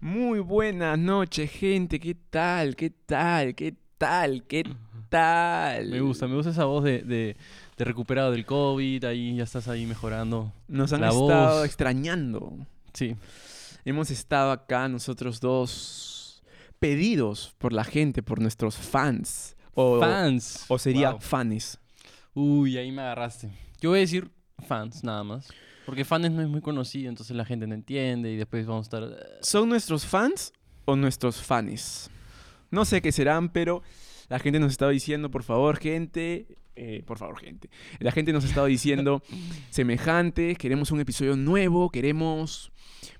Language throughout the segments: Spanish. Muy buenas noches, gente. ¿Qué tal? ¿Qué tal? ¿Qué tal? ¿Qué tal? Me gusta, me gusta esa voz de, de, de recuperado del COVID, ahí ya estás ahí mejorando. Nos han La estado voz. extrañando. Sí, Hemos estado acá nosotros dos pedidos por la gente, por nuestros fans. O, fans. o sería Wow. fanes. Uy, ahí me agarraste. Yo voy a decir fans nada más, porque fans no es muy conocido, entonces la gente no entiende y después vamos a estar... ¿Son nuestros fans o nuestros fanes? No sé qué serán, pero la gente nos estaba diciendo, por favor, gente. eh, por favor, gente. La gente nos estaba diciendo semejantes, queremos un episodio nuevo, queremos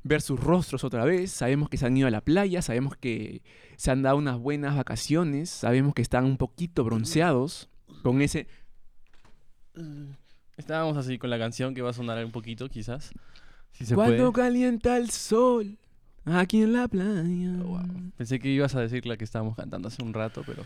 ver sus rostros otra vez. Sabemos que se han ido a la playa, sabemos que se han dado unas buenas vacaciones, sabemos que están un poquito bronceados con ese uh, Estábamos así con la canción que va a sonar un poquito, quizás. Si se Cuando puede. calienta el sol aquí en la playa. Wow. Pensé que ibas a decir la que estábamos cantando hace un rato, pero...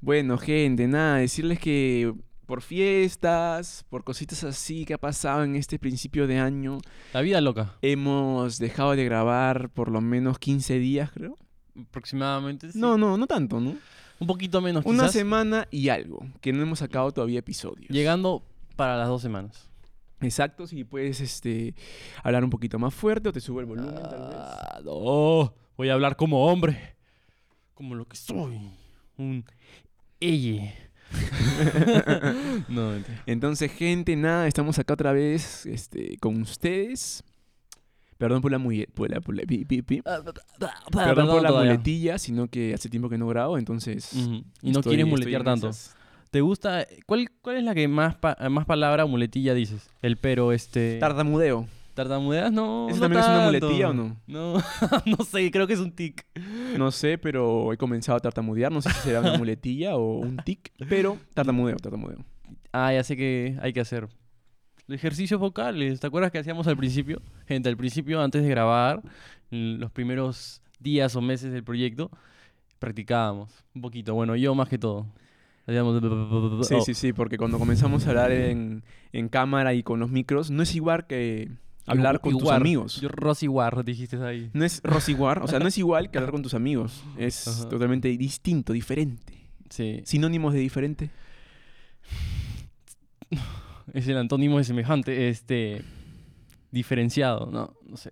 Bueno, gente, nada, decirles que por fiestas, por cositas así que ha pasado en este principio de año, La vida loca, hemos dejado de grabar por lo menos 15 días, creo. aproximadamente. sí. No, no, no tanto, ¿no? Un poquito menos, Una quizás. semana y algo, que no hemos sacado todavía episodios. Llegando para las dos semanas. Exacto, si puedes este, hablar un poquito más fuerte o te sube el volumen, tal vez. Ah, no, voy a hablar como hombre. Como lo que soy. Un ella. no, mentira. Entonces, gente, nada, estamos acá otra vez este, con ustedes. Perdón por la mulle- por la- por la- pi, pi, pi. Perdón, por la Ah, todavía. muletilla, sino que hace tiempo que no grabo, entonces. Ujú, Y no estoy- quieres estoy muletear en tanto. esas. ¿Te gusta? ¿Cuál, cuál es la que más, pa- más palabra muletilla dices? El pero, este... eh, Tartamudeo. ¿Tartamudeas? No, ¿Eso no también es una tanto. muletilla o no? No, no sé, creo que es un tic. No sé, pero he comenzado a tartamudear. No sé si será una muletilla o un tic, pero tartamudeo, tartamudeo. Ah, ya sé que hay que hacer. Los ejercicios vocales, ¿te acuerdas que hacíamos al principio? Gente, al principio, antes de grabar, en los primeros días o meses del proyecto, practicábamos un poquito. Bueno, yo más que todo. Hacíamos... Sí, Oh, sí, sí, porque cuando comenzamos a hablar en, en cámara y con los micros, no es igual que hablar con tus igual. amigos. Yo, Rosy War, dijiste ahí. No es rosiguar, o sea, no es igual que hablar con tus amigos. Es Ajá. totalmente distinto, diferente. Sí. Sinónimos de diferente. Es el antónimo de semejante, este... Diferenciado, no, no sé.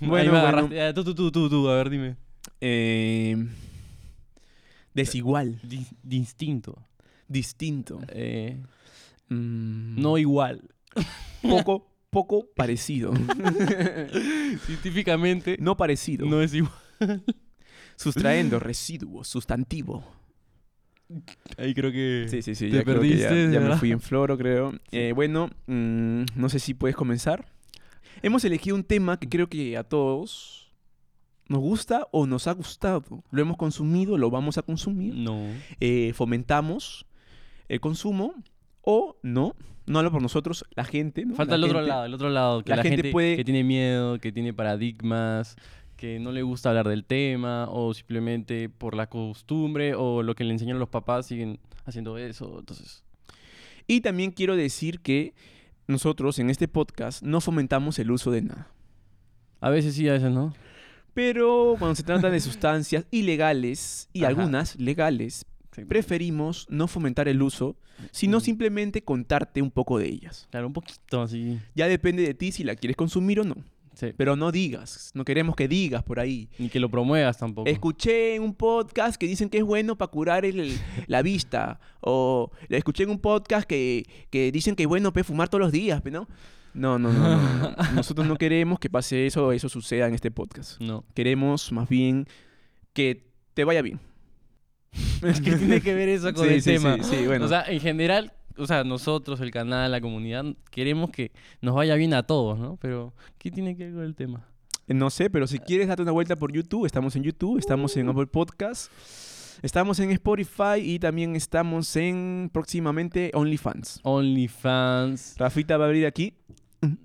Bueno, Ahí me bueno. agarraste. Ah, Tú, tú, tú, tú, tú, a ver, dime. Eh, desigual, Di- distinto. distinto. Eh, Mm, no igual. poco, poco parecido. Científicamente No parecido. no es igual. Sustraendo, residuo, sustantivo. Ahí creo que. Sí, sí, sí. Te ya creo que ya- perdiste, ya, me ¿verdad? fui en floro, creo. Eh, bueno, mm, no sé si puedes comenzar. Hemos elegido un tema Mm. que creo que a todos nos gusta o nos ha gustado. Lo hemos consumido, lo vamos a consumir. No. Eh, fomentamos el consumo o no. No hablo por nosotros, la gente. ¿no? Falta La el otro gente- lado, el otro lado. Que la, gente, puede- que tiene miedo, que tiene paradigmas, que no le gusta hablar del tema, o simplemente por la costumbre, o lo que le enseñaron los papás siguen haciendo eso. Entonces. Y también quiero decir que nosotros en este podcast no fomentamos el uso de nada. A veces sí, a veces no. Pero cuando se trata de sustancias ilegales y Ajá. algunas legales, Sí. preferimos no fomentar el uso, sino Mm. simplemente contarte un poco de ellas. Claro, un poquito así. Ya depende de ti si la quieres consumir o no. Sí. Pero no digas, no queremos que digas por ahí. Ni que lo promuevas tampoco. Escuché en un podcast que dicen que es bueno para curar el- la vista. O escuché en un podcast que, que dicen que es bueno pe, fumar todos los días, pe, ¿no? No, no, no, no, no. Nosotros no queremos que pase eso o eso suceda en este podcast. No. Queremos más bien que te vaya bien. ¿Qué tiene que ver eso con Sí, el sí, tema? sí, sí, bueno. O sea, en general, o sea, nosotros, el canal, la comunidad, queremos que nos vaya bien a todos, ¿no? Pero, ¿qué tiene que ver con el tema? Eh, No sé, pero Ah. si quieres date una vuelta por YouTube, estamos en YouTube, estamos Uh. en Apple Podcast, estamos en Spotify y también estamos en próximamente OnlyFans. OnlyFans. Rafita va a abrir aquí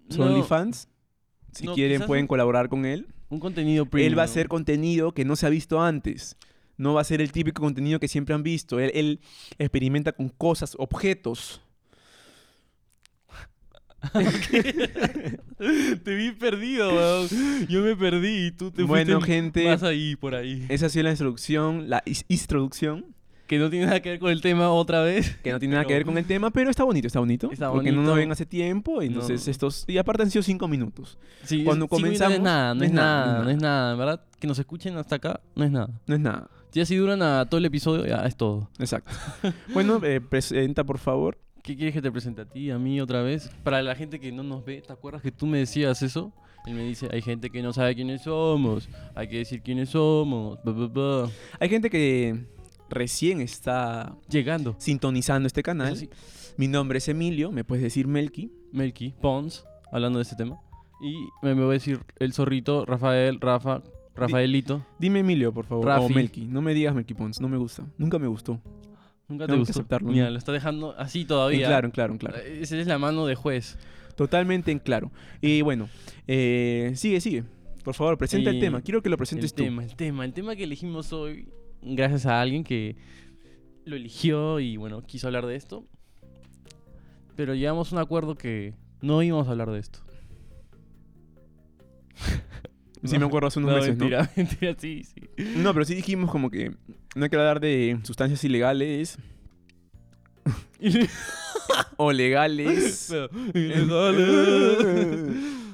su No. OnlyFans. Si No, quieren quizás pueden no. colaborar con él. Un contenido premium. Él va a hacer contenido que no se ha visto antes. No va a ser el típico contenido que siempre han visto. Él, él experimenta con cosas, objetos. te vi perdido, weón. Yo me perdí y tú te Bueno, fuiste gente, más ahí, por ahí. esa ha sido la introducción, la is- introducción, Que no tiene nada que ver con el tema otra vez. que no tiene nada que ver con el tema, pero está bonito, está bonito. Está porque no bonito. nos ven hace tiempo, entonces No. estos... Y aparte han sido cinco minutos. Sí, Cuando sí, mira, comenzamos, no es nada, no es nada, no es nada. En verdad, que nos escuchen hasta acá, no es nada. No es nada. Ya si duran a todo el episodio, ya es todo. Exacto. bueno, eh, presenta, por favor. ¿Qué quieres que te presente a ti, a mí otra vez? Para la gente que no nos ve, ¿te acuerdas que tú me decías eso? Él me dice, hay gente que no sabe quiénes somos, hay que decir quiénes somos, bla, bla, bla". Hay gente que recién está Llegando. sintonizando este Eso canal. sí, Mi nombre es Emilio, me puedes decir Melky. Melky, Pons, hablando de este tema. Y me, me voy a decir el zorrito, Rafael, Rafa, Rafaelito. Dime Emilio, por favor. O Rafi. Melky. No me digas Melky Pons, no me gusta. Nunca me gustó. Nunca te Tengo que gustó. aceptarlo, Mira, ¿no? lo está dejando así En todavía. claro, en claro, en claro. Oh, Eh, Esa es la mano de juez. Totalmente en claro. Y bueno, eh, sigue, sigue. Por favor, presenta el Y tema. Quiero que lo El presentes tú. tema, el tema, el tema que elegimos hoy, gracias a alguien que lo eligió y bueno, quiso hablar de esto. Pero llegamos a un acuerdo que no íbamos a hablar de esto. Sí, me acuerdo hace unos No, meses, ¿no? mentira, mentira, sí, sí. No, pero sí dijimos como que no hay que hablar de sustancias ilegales o legales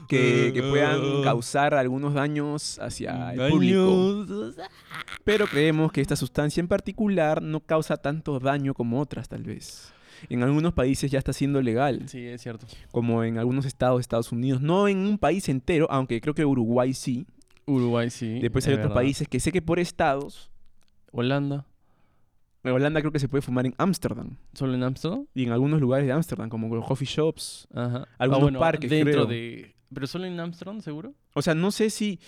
que, que puedan causar algunos daños hacia el público. Daños. Pero creemos que esta sustancia en particular no causa tanto daño como otras, tal vez. En algunos países ya está siendo legal, Sí, es cierto. como en algunos estados de Estados Unidos. No en un país entero, aunque creo que Uruguay sí. Uruguay, sí. Después es hay otros verdad. países que sé que por estados. Holanda, En Holanda creo que se puede fumar en Ámsterdam solo en Amsterdam. y y en algunos lugares de Ámsterdam, como los coffee shops. Ajá. Ah, Algunos parques, creo. dentro de. Pero solo en Amsterdam, seguro. O sea, no sé si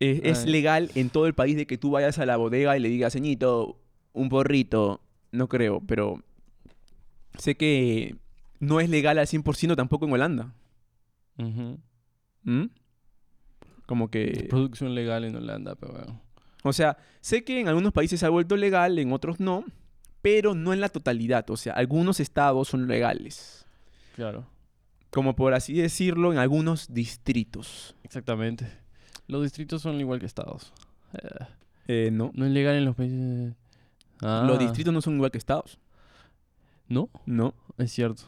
eh, es Ay. legal en todo el país de que tú vayas a la bodega y le digas, señito, un porrito. No creo, pero sé que no es legal al 100% tampoco en Holanda. Ujú. ¿Mm? Como que... Eh, Producción legal en Holanda, pero bueno. O sea, sé que en algunos países se ha vuelto legal, en otros no, pero no en la totalidad. O sea, algunos estados son legales. Claro, Como por así decirlo, en algunos distritos. exactamente. Los distritos son igual que estados. Eh, Eh, no. no es legal en los países. Ah, Los distritos no son igual que estados. No, No. es cierto.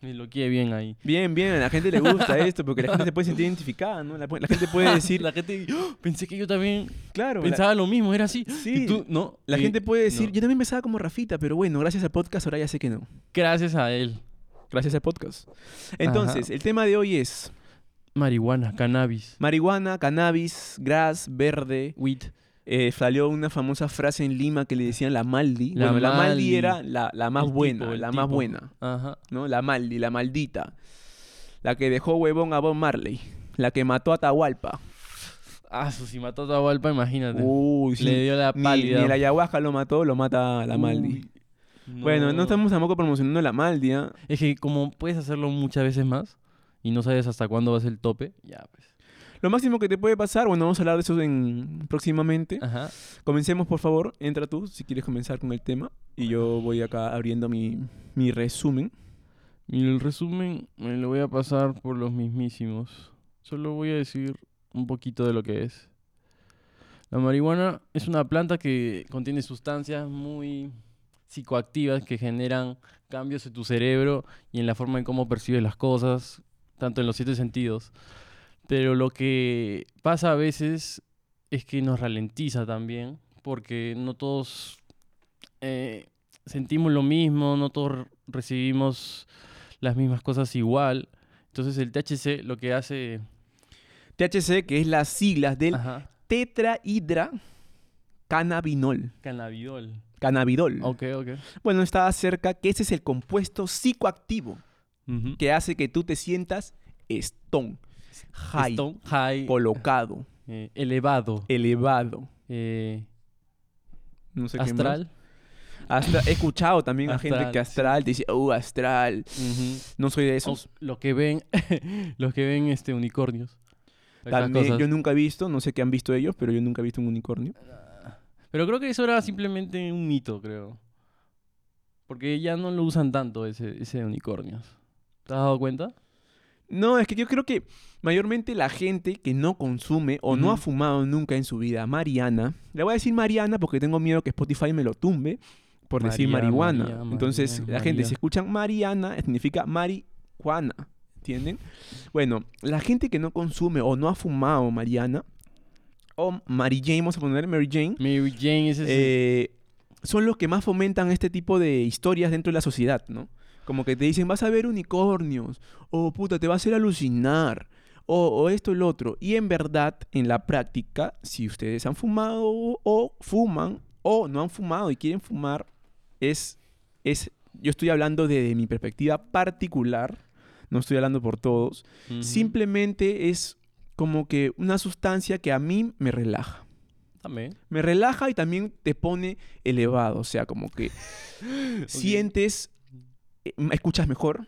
Me lo quiere bien ahí. Bien, bien, a la gente le gusta esto porque la gente se puede sentir identificada, ¿no? La, pu- la gente puede decir, la gente. ¡Ah! Pensé que yo también claro, la- pensaba lo mismo, era así. sí, Y tú, no. la y gente puede decir, no. yo también pensaba como Rafita, pero bueno, gracias al podcast ahora ya sé que no. Gracias a él. Gracias al podcast. Entonces, el tema de hoy es Marihuana, cannabis, marihuana, cannabis, gras, verde. weed. Eh, salió una famosa frase en Lima que le decían la maldi. La bueno, la maldi maldi. era la, la más El tipo, buena, el la más tipo. buena, Ajá. ¿no? La maldi, la maldita. La que dejó huevón a Bob Marley. La que mató a Tahualpa. Ah, su si mató a Atahualpa, imagínate. Uy, sí. Le dio la Ni- pálida. Ni, la ayahuasca lo mató, lo mata la Maldi. Uy, no. Bueno, no estamos tampoco promocionando la Maldi, ¿ah? Es que como puedes hacerlo muchas veces más y no sabes hasta cuándo va a ser el tope, ya pues. Lo máximo que te puede pasar, bueno, vamos a hablar de eso en, próximamente. Ajá. Comencemos, por favor. Entra tú, si quieres comenzar con el tema. Y yo voy acá abriendo mi, mi resumen. Y el resumen me lo voy a pasar por los mismísimos. Solo voy a decir un poquito de lo que es. La marihuana es una planta que contiene sustancias muy psicoactivas que generan cambios en tu cerebro y en la forma en cómo percibes las cosas, tanto en los siete sentidos. Pero lo que pasa a veces es que nos ralentiza también, porque no todos eh, sentimos lo mismo, no todos recibimos las mismas cosas igual. Entonces el THC lo que hace... THC, que es las siglas del Ajá, tetrahidra cannabinol. cannabidol. Cannabidol. Ok, ok. Bueno, estaba cerca que ese es el compuesto psicoactivo Ujú. que hace que tú te sientas stone, high, Stone, high, colocado, eh, elevado, elevado. eh, No sé qué más. astral. Astra- he escuchado también a gente Astral, que astral te dice, oh, astral. Ujú. No soy de O esos. los que ven, los que ven este unicornios. Oh, Esas También, cosas. yo nunca he visto, no sé qué han visto ellos, pero yo nunca he visto un unicornio. Pero creo que eso era simplemente un mito, creo. Porque ya no lo usan tanto ese, ese de unicornios. ¿Te has dado cuenta? No, es que yo creo que mayormente la gente que no consume o no ha Ujú. fumado nunca en su vida Mariana, le voy a decir Mariana porque tengo miedo que Spotify me lo tumbe por decir María, marihuana. María, Entonces, María, la gente, María. si escuchan Mariana, significa marihuana. ¿Entienden? Bueno, la gente que no consume o no ha fumado Mariana, o Mary Jane, vamos a poner Mary Jane, Mary Jane ese es eh, son los que más fomentan este tipo de historias dentro de la sociedad, ¿no? Como que te dicen, vas a ver unicornios, o puta, te va a hacer alucinar, o, o esto y lo otro. Y en verdad, en la práctica, si ustedes han fumado o fuman, o no han fumado y quieren fumar, es, es yo estoy hablando desde mi perspectiva particular, no estoy hablando por todos, ujú. simplemente es como que una sustancia que a mí me relaja También. me relaja y también te pone elevado. O sea, como que sientes, eh, m- escuchas mejor.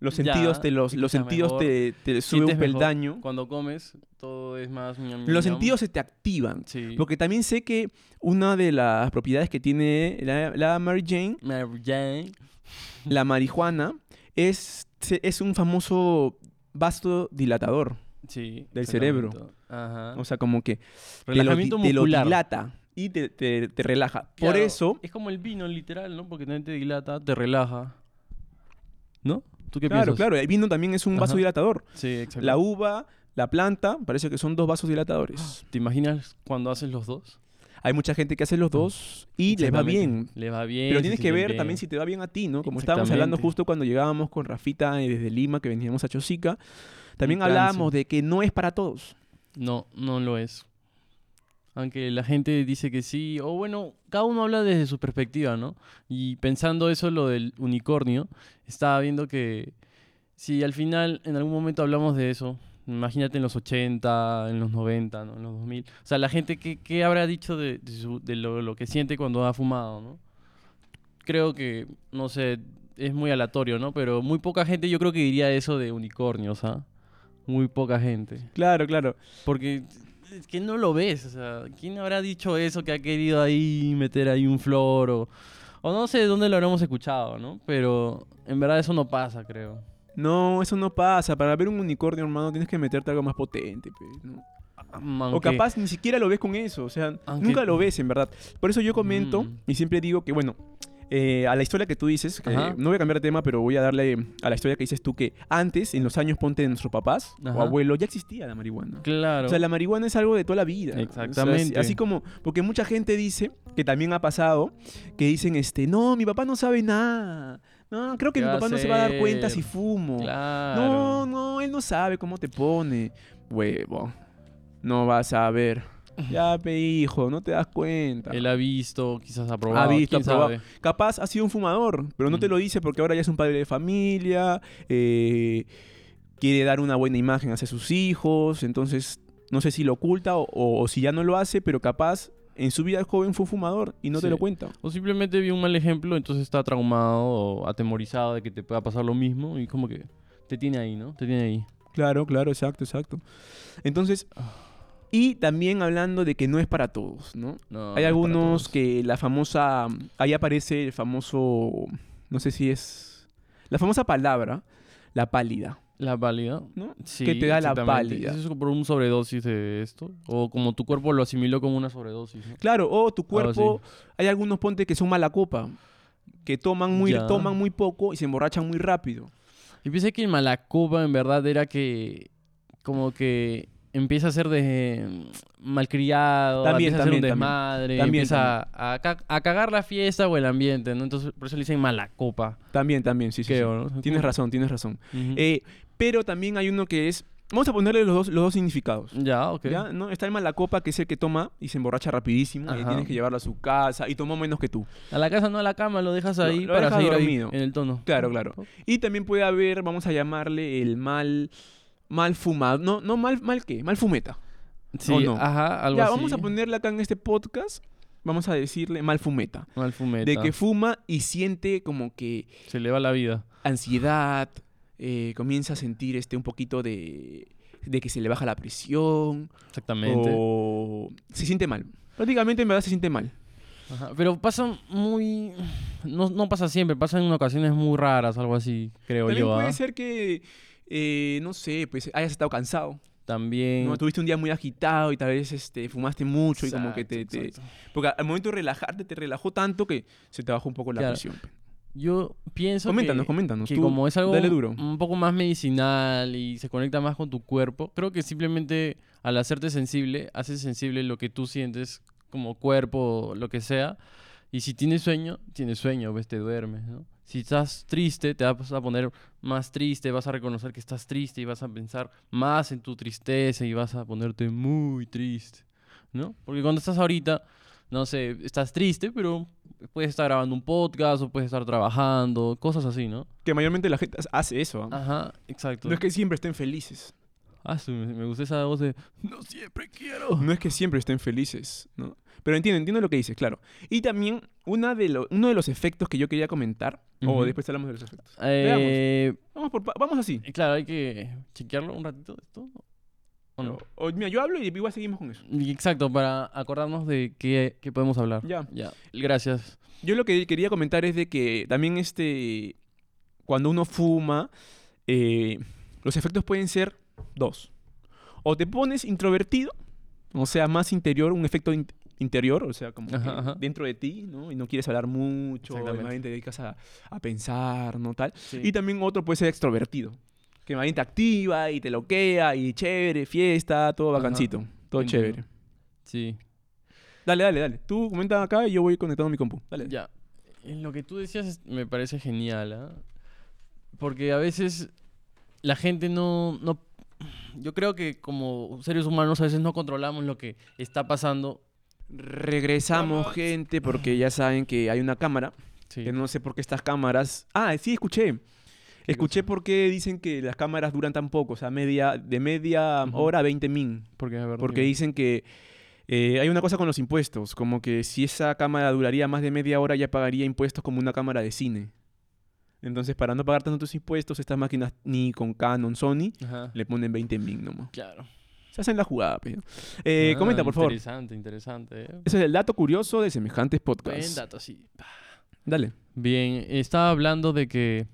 Los Ya, sentidos te los, los escuchas sentidos mejor, te, te sube un sientes mejor. peldaño. Cuando comes, todo es más... ñam, ñam, Los ñam. sentidos se te activan. Sí. Porque también sé que una de las propiedades que tiene la, la Mary Jane, Mary Jane. la marihuana, es, se- es un famoso vasodilatador. Sí. Del exactamente. cerebro. Ajá. O sea, como que te lo, di- Relajamiento te lo muscular. dilata y te, te- te relaja. Por Claro, eso Es como el vino, literal, ¿no? Porque también te dilata, te relaja. ¿No? ¿Tú qué claro, piensas? claro. El vino también es un Ajá. vasodilatador. Sí, exacto. La uva, la planta, parece que son dos vasodilatadores. ¿Te imaginas cuando haces los dos? Hay mucha gente que hace los dos y les va bien. Ah. Exactamente. Les va bien. Pero se tienes que sienten ver bien. también si te va bien a ti, ¿no? Como estábamos hablando Exactamente. justo cuando llegábamos con Rafita eh, desde Lima, que veníamos a Chosica, también Un plan, sí. hablábamos de que no es para todos. No, no lo es. Aunque la gente dice que sí, o bueno, cada uno habla desde su perspectiva, ¿no? Y pensando eso, lo del unicornio, estaba viendo que si al final en algún momento hablamos de eso, imagínate en los 80, en los 90, ¿no? En los 2000, o sea, la gente, ¿qué, qué habrá dicho de, de su- de lo, lo que siente cuando ha fumado, ¿no? Creo que, no sé, es muy aleatorio, ¿no? Pero muy poca gente yo creo que diría eso de unicornios, ¿ah? Muy poca gente. Claro, claro. Porque es que no lo ves, o sea, ¿quién habrá dicho eso que ha querido ahí meter ahí un flor o, o no sé dónde lo habremos escuchado, ¿no? Pero en verdad eso no pasa, creo. No, eso no pasa. Para ver un unicornio, hermano, tienes que meterte algo más potente. pe, ¿no? O Aunque- capaz ni siquiera lo ves con eso. O sea, Aunque- nunca lo ves, en verdad. Por eso yo comento Ah, Mm. y siempre digo que, bueno, eh, a la historia que tú dices, que Ajá. no voy a cambiar de tema, pero voy a darle a la historia que dices tú que antes, en los años ponte de nuestros papás o Ajá. abuelos, ya existía la marihuana. Claro. O sea, la marihuana es algo de toda la vida. O sea, Exactamente. así, así como, porque mucha gente dice, que también ha pasado, que dicen, este, no, mi papá no sabe nada. No, creo que mi ¿Qué va a papá no se va a dar cuenta hacer? si fumo. Claro. No, no, él no sabe cómo te pone. Huevo, no vas a ver. Ya, pe hijo, no te das cuenta. Él ha visto, quizás ha probado. Ha visto, ¿quién ha probado. sabe? Capaz ha sido un fumador, pero no te Mm. lo dice porque ahora ya es un padre de familia, eh, quiere dar una buena imagen hacia sus hijos, entonces no sé si lo oculta o, o- o si ya no lo hace, pero capaz en su vida de joven fue un fumador y no te Sí. lo cuenta. O simplemente vio un mal ejemplo, entonces está traumado o atemorizado de que te pueda pasar lo mismo y como que te tiene ahí, ¿no? Te tiene ahí. Claro, claro, exacto, exacto. Entonces, y también hablando de que no es para todos, ¿no? No, Hay no es para algunos todos. que la famosa. Ahí aparece el famoso. No sé si es. La famosa palabra, la pálida, La pálida. ¿no? Sí, que te da la exactamente. pálida. ¿Eso es por un sobredosis de esto? ¿O como tu cuerpo lo asimiló como una sobredosis? ¿no? Claro, o Ah, tu cuerpo. Hay algunos ponte que son mala copa. Que toman muy, Ya. toman muy poco y se emborrachan muy rápido. Yo pensé que el Malacopa en verdad era que... Como que empieza a ser de mm, malcriado, También, empieza a ser un también, también. desmadre, También, empieza a- A, ca- a cagar la fiesta o el ambiente, ¿no? Entonces, por eso le dicen Malacopa, También, también, sí, sí. sí. creo, ¿no? Tienes razón, tienes razón. Ujú. Eh, pero también hay uno que es. Vamos a ponerle los dos, los dos significados. ya, ok. ¿ya? ¿No? Está el mala copa, que es el que toma y se emborracha rapidísimo. Y Ajá. tienes que llevarlo a su casa y tomó menos que tú. A la casa, no a la cama, lo dejas Lo- ahí lo para dejas seguir ahí dormido. en el tono. Claro, claro. Y también puede haber, vamos a llamarle el mal mal fumado, no no mal mal qué, mal fumeta. Sí, ¿O no? ajá, algo ya así. vamos a ponerle acá en este podcast, vamos a decirle mal fumeta, Mal fumeta. de que fuma y siente como que Se le va la vida. ansiedad, eh, comienza a sentir este un poquito de de que se le baja la presión Exactamente. o se siente mal. Prácticamente en verdad se siente mal. Ajá, Pero pasa muy. No, no pasa siempre, pasa en ocasiones muy raras, algo así, creo También yo. ¿ah? puede ser que, eh, no sé, pues hayas estado cansado. También. ¿no? Tuviste un día muy agitado y tal vez este, fumaste mucho y como que te... Exacto, te- exacto. Porque al momento de relajarte, te relajó tanto que se te bajó un poco la Claro. presión. pues. Yo pienso. Coméntanos, que, coméntanos. que tú, como es algo Dale duro. un poco más medicinal y se conecta más con tu cuerpo, creo que simplemente al hacerte sensible, haces sensible lo que tú sientes como cuerpo, lo que sea. Y si tienes sueño, tienes sueño, ves, te duermes, ¿no? Si estás triste, te vas a poner más triste, vas a reconocer que estás triste y vas a pensar más en tu tristeza y vas a ponerte muy triste, ¿no? Porque cuando estás ahorita, no sé, estás triste, pero puedes estar grabando un podcast o puedes estar trabajando, cosas así, ¿no? Que mayormente la gente hace eso. ¿ah? Ajá, exacto. No es que siempre estén felices. Ah, su- me me gusta esa voz de No siempre quiero. No es que siempre estén felices, ¿no? Pero entiendo, entiendo lo que dices, claro. Y también una de lo- uno de los efectos que yo quería comentar, Ujú. o después hablamos de los efectos. Eh, Vamos, por pa- vamos así. claro, hay que chequearlo un ratito esto. ¿O no? O- mira, yo hablo y igual seguimos con eso. Y Exacto, para acordarnos de qué, qué podemos hablar. Ya. Ya. Gracias. Yo lo que quería comentar es de que también este, cuando uno fuma, eh, los efectos pueden ser dos. O te pones introvertido, o sea, más interior, un efecto in- interior, o sea, como que Ajá, ajá. dentro de ti, ¿no? Y no quieres hablar mucho, y Exactamente. más bien te dedicas a, a pensar, ¿no? Tal. Y también otro puede ser extrovertido, que más bien te activa y te loquea y chévere, fiesta, todo Ajá. bacancito, todo Entiendo. chévere. Sí. Dale, dale, dale. Tú comenta acá y yo voy conectando mi compu. Dale. Ya. En lo que tú decías es- me parece genial, ¿ah? Porque a veces la gente no, no... Yo creo que como seres humanos a veces no controlamos lo que está pasando. Regresamos, Vamos. gente, porque ya saben que hay una cámara. Sí. Que no sé por qué estas cámaras. Ah, sí, escuché. Escuché por qué dicen que las cámaras duran tan poco, o sea, media, de media Ujú. hora a 20 min. Porque, a ver, Porque dime. dicen que eh, hay una cosa con los impuestos, como que si esa cámara duraría más de media hora ya pagaría impuestos como una cámara de cine. Entonces, para no pagar tantos impuestos, estas máquinas ni con Canon, Sony, Ajá. le ponen 20 min nomás. Claro. Se hacen la jugada, pe. Eh, Ah, comenta, por favor. Interesante, interesante. ¿eh? Ese es el dato curioso de semejantes Buen podcasts. dato, sí. Dale. Bien, estaba hablando de que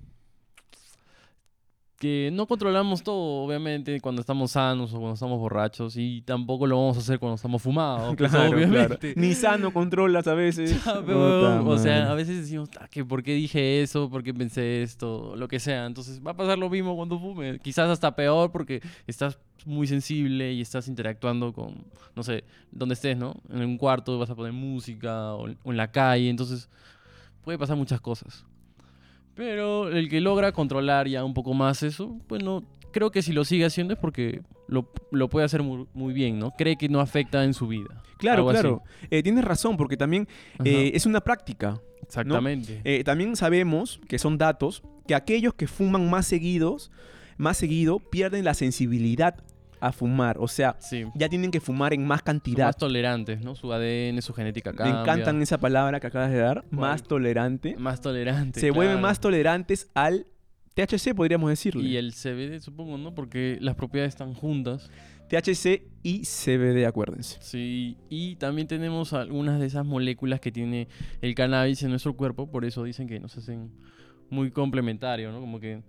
que no controlamos todo, obviamente, cuando estamos sanos o cuando estamos borrachos y tampoco lo vamos a hacer cuando estamos fumados, pues, obviamente. Ni sano controlas a veces. Ah, Puta pero, o sea, a madre. veces decimos, "Ah, que ¿por qué dije eso? ¿Por qué pensé esto? Lo que sea. Entonces va a pasar lo mismo cuando fumes. Quizás hasta peor porque estás muy sensible y estás interactuando con, no sé, donde estés, ¿no? En un cuarto vas a poner música o, en- o en la calle. Entonces puede pasar muchas cosas. Pero el que logra controlar ya un poco más eso, pues no, creo que si lo sigue haciendo es porque lo, lo puede hacer muy, muy bien, ¿no? Cree que no afecta en su vida. claro, algo así. claro. Eh, tienes razón, porque también Ajá, eh, es una práctica. exactamente. Eh, también sabemos que son datos que aquellos que fuman más seguidos, más seguido, pierden la sensibilidad a fumar. O sea, Sí. ya tienen que fumar en más Son cantidad. más tolerantes, ¿no? Su ADN, su genética Me cambia. encantan esa palabra que acabas de dar, ¿Cuál? más tolerante. Más tolerantes. Se vuelven claro. más tolerantes al THC, podríamos decirle. Y el CBD, supongo, ¿no? Porque las propiedades están juntas. THC y CBD, acuérdense. Sí. Y también tenemos algunas de esas moléculas que tiene el cannabis en nuestro cuerpo. Por eso dicen que nos hacen muy complementario, ¿no? Como que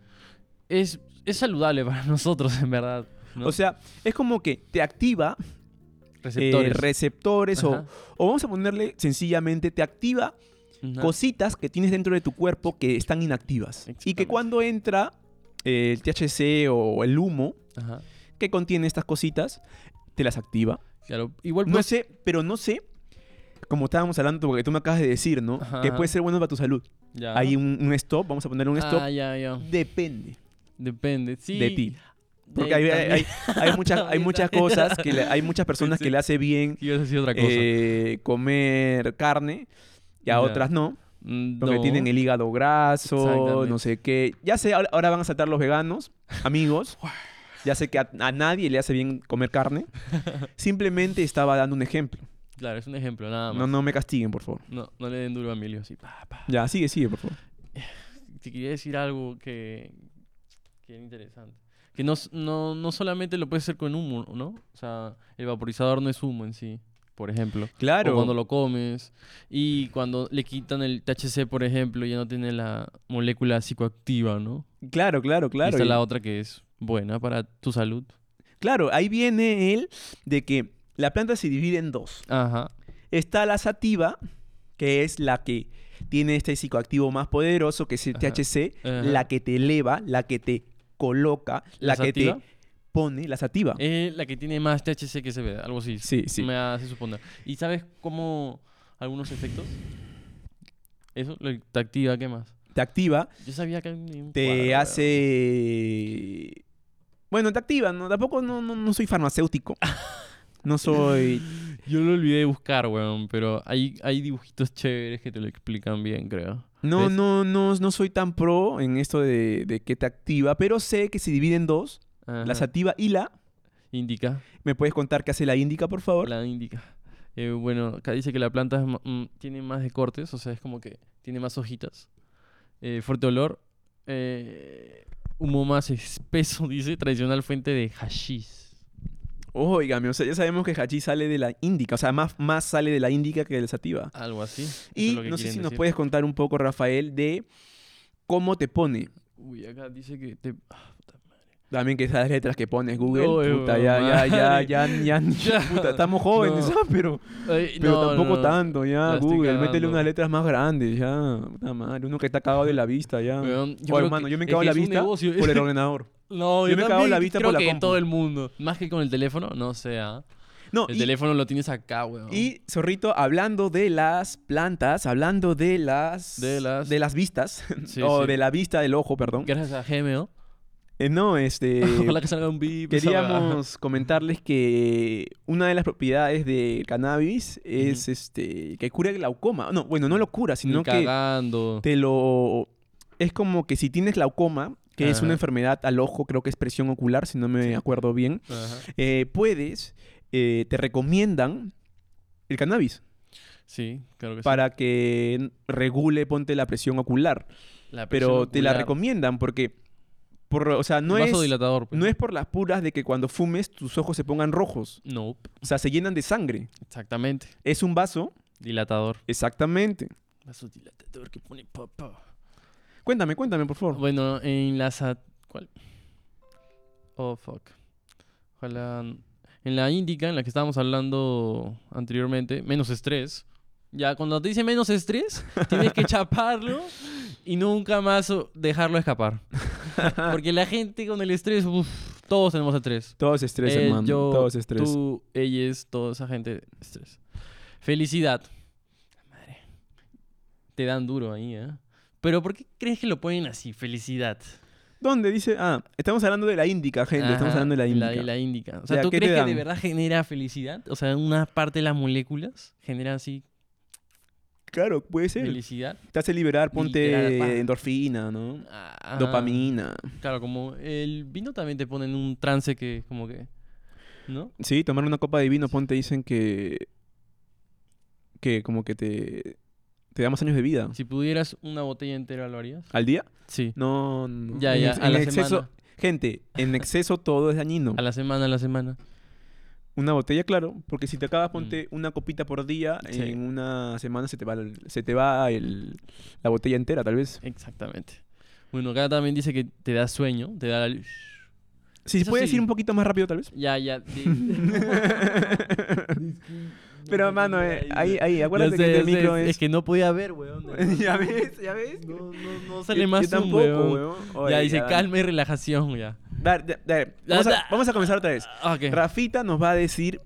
es, es saludable para nosotros, en verdad. ¿no? O sea, es como que te activa eh, receptores. receptores o, Ajá. o vamos a ponerle sencillamente, te activa Ajá. cositas que tienes dentro de tu cuerpo que están inactivas. Y que Exactamente. cuando entra eh, el THC o el humo Ajá. que contiene estas cositas, te las activa. Claro. Igual No pues, sé, pero no sé, como estábamos hablando, porque tú me acabas de decir, ¿no? Ajá, Que ajá. puede ser bueno para tu salud. ya. Hay un, un stop, vamos a poner un stop. Ah, ya, ya. Depende Depende. Sí. de ti. de Porque ahí hay, también. hay- hay muchas, hay También, muchas también. cosas, que le- hay muchas personas Pensé- que le hace bien Ibas a decir otra cosa. eh, comer carne y a Ya. otras no, Mm, porque no. tienen el hígado graso, Exactamente. no sé qué. Ya sé, ahora- ahora van a saltar los veganos, amigos. Ya sé que a, a nadie le hace bien comer carne. Simplemente estaba dando un ejemplo. Claro, es un ejemplo, nada No, más. No, no me castiguen, por favor. no, le den duro a Emilio así. Pa, pa. Ya, sigue, sigue, por favor. Te quería decir algo que, que era interesante. Que no, s- no, no solamente lo puedes hacer con humo, ¿no? O sea, el vaporizador no es humo en sí. por ejemplo. Claro. O cuando lo comes. Y cuando le quitan el THC, por ejemplo, ya no tiene la molécula psicoactiva, ¿no? Claro, claro, Y claro. está Y- la otra que es buena para tu salud. Claro, ahí viene el de que la planta se divide en dos. Ajá. Está la sativa, que es la que tiene este psicoactivo más poderoso, que es el Ajá. THC, Ajá. la que te eleva, la que te coloca, la, que sativa te pone, la sativa. es la que tiene más THC que se ve, algo así. Sí, sí. Me hace suponer. ¿Y sabes cómo algunos efectos? Eso, lo que te activa, ¿qué más? Te activa, Yo sabía que... había un te cuadro, weón. hace... Bueno, te activa, ¿no? Tampoco no, no, no soy farmacéutico. No soy... Yo lo olvidé de buscar, weón, pero hay, hay dibujitos chéveres que te lo explican bien, creo. No, ¿Ves? no, no, no soy tan pro en esto de, de que te activa, pero sé que se divide en dos, la Ajá. sativa y la... Indica. ¿Me puedes contar qué hace la índica, por favor? La indica. Eh, bueno, acá dice que la planta es ma- mm, tiene más de cortes, o sea, es como que tiene más hojitas. Eh, fuerte olor. eh, humo más espeso, dice. Tradicional fuente de hashish. Óigame, o sea, ya sabemos que hachís sale de la índica, o sea, más, más sale de la índica que de la sativa. Algo así. Eso Y es lo que no sé si quieren nos decir. puedes contar un poco, Rafael, de cómo te pone. Uy, acá dice que te... También que esas letras que pones Google, Oye, puta, weón, ya, ya, eh, madre. ya, ya, ya, Ya. puta, estamos jóvenes, No. ¿sabes? pero, Ay, pero no, no, tampoco no. tanto, ya, La estoy Google, cagando. métele unas letras más grandes, ya, puta madre, uno que está cagado de la vista, ya. Weón, yo Oh, creo hermano, que- yo me es cago en que la es un vista negocio. por el ordenador. No, Yo me cago en la también vista creo por la que compu. todo el mundo. Más que con el teléfono, no sea. No, El y- teléfono lo tienes acá, weón. Y Zorrito, hablando de las plantas, hablando de las De las- de las vistas Sí, o sí. oh, de la vista del ojo, perdón. Gracias a Gmail. Eh, no, este Ojalá que salga un bip. esa weá. queríamos comentarles que una de las propiedades del cannabis es Ujú. este que cura el glaucoma. No, bueno, no lo cura, Ni sino que cagando. te lo es como que si tienes glaucoma, que es una Ajá. enfermedad al ojo, creo que es presión ocular, si no me acuerdo bien, Ajá. eh, puedes eh, te recomiendan el cannabis. Sí, claro que para que n- regule, ponte la presión ocular. sí. La Pero presión te la ocular. recomiendan porque, por, o sea, no Un es, vasodilatador, pues. no es por las puras de que cuando fumes tus ojos se pongan rojos. No, O sea, se llenan de sangre. exactamente. Es un vaso. Dilatador. Exactamente. Vasodilatador que pone papá. Cuéntame, cuéntame, por favor. Bueno, en la sat... ¿Cuál? Oh, fuck. Ojalá... En la índica, en la que estábamos hablando anteriormente, menos estrés. Ya, cuando te dice menos estrés, tienes que chaparlo y nunca más oh, dejarlo escapar. Porque la gente con el estrés, uf, todos tenemos estrés. Todos estrés, Él, hermano. eh, yo, Todos estrés. Tú, ellas, toda esa gente, estrés. Felicidad. La Madre. Te dan duro ahí, ¿eh? Pero ¿por qué crees que lo ponen así? Felicidad. ¿Dónde dice? Ah, estamos hablando de la índica, gente. Estamos Ajá, hablando de la índica. La, índica. O sea, Ya, ¿tú ¿qué te crees que de dan? verdad genera felicidad? O sea, una parte de las moléculas genera así Claro, puede ser. felicidad. Te hace liberar, Literal, pa. ponte endorfina, ¿no? Ah, Dopamina. Claro, como el vino también te pone en un trance que, como que. ¿No? Sí, tomar una copa de vino, ponte, dicen que. que como que te. te da más años de vida. Si pudieras una botella entera, ¿lo harías? ¿Al día? Sí. No, no. Ya, En ya. ex- A en la exceso. semana. Gente, en exceso todo es dañino. A la semana, a la semana. Una botella, claro, porque si te acabas, ponte una copita por día, Mm. Sí. en una semana se te va, el- se te va el- la botella entera, tal vez. Exactamente. Bueno, acá también dice que te da sueño, te da la luz. Si Eso puedes sí. ir un poquito más rápido, tal vez. Ya, ya. di- Pero, hermano, eh, ahí, ahí, Ya acuérdate sé, que ya el sé, micro es, es. que no podía ver, weón. ya ves, ya ves. No, no, no Yo- sale yo más zoom, tampoco, weón. weón. Ya Oye, dice ya. calma y relajación, ya. Dar- da- da- Da- vamos, a, da. vamos a comenzar otra vez. Ah, Ok. Rafita nos va a decir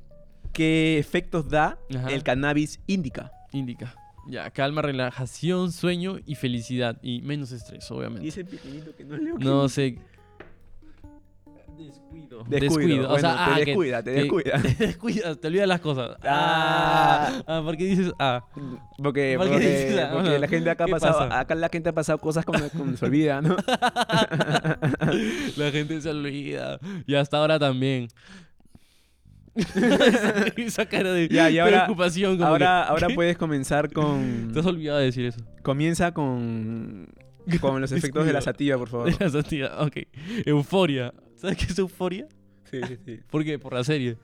qué efectos da Ajá. el cannabis indica. Indica. Ya, calma, relajación, sueño y felicidad. Y menos estrés, obviamente. ese pequeñito que no leo. No sé. Descuido. Descuido. Descuido. o Bueno, sea, te ah, que- descuida, te que- descuida. Te descuidas, te olvidas las cosas. Ah. Ah, ah ¿por qué dices ah? Porque, ¿Por qué porque- dices la- porque la gente acá ha ¿Qué pasado, pasa? acá la gente ha pasado cosas como, como se olvida, ¿no? La gente se olvida. Y hasta ahora también. Esa cara de Ya, y ahora- preocupación. como Ahora, ahora ¿qué? puedes comenzar que, con. Te has olvidado de decir eso. Comienza con. Con los efectos Descuido. de la sativa, por favor. De la santidad, ok. Euforia. ¿Sabes qué es euforia? Sí, sí, sí. ¿Por qué? Por la serie.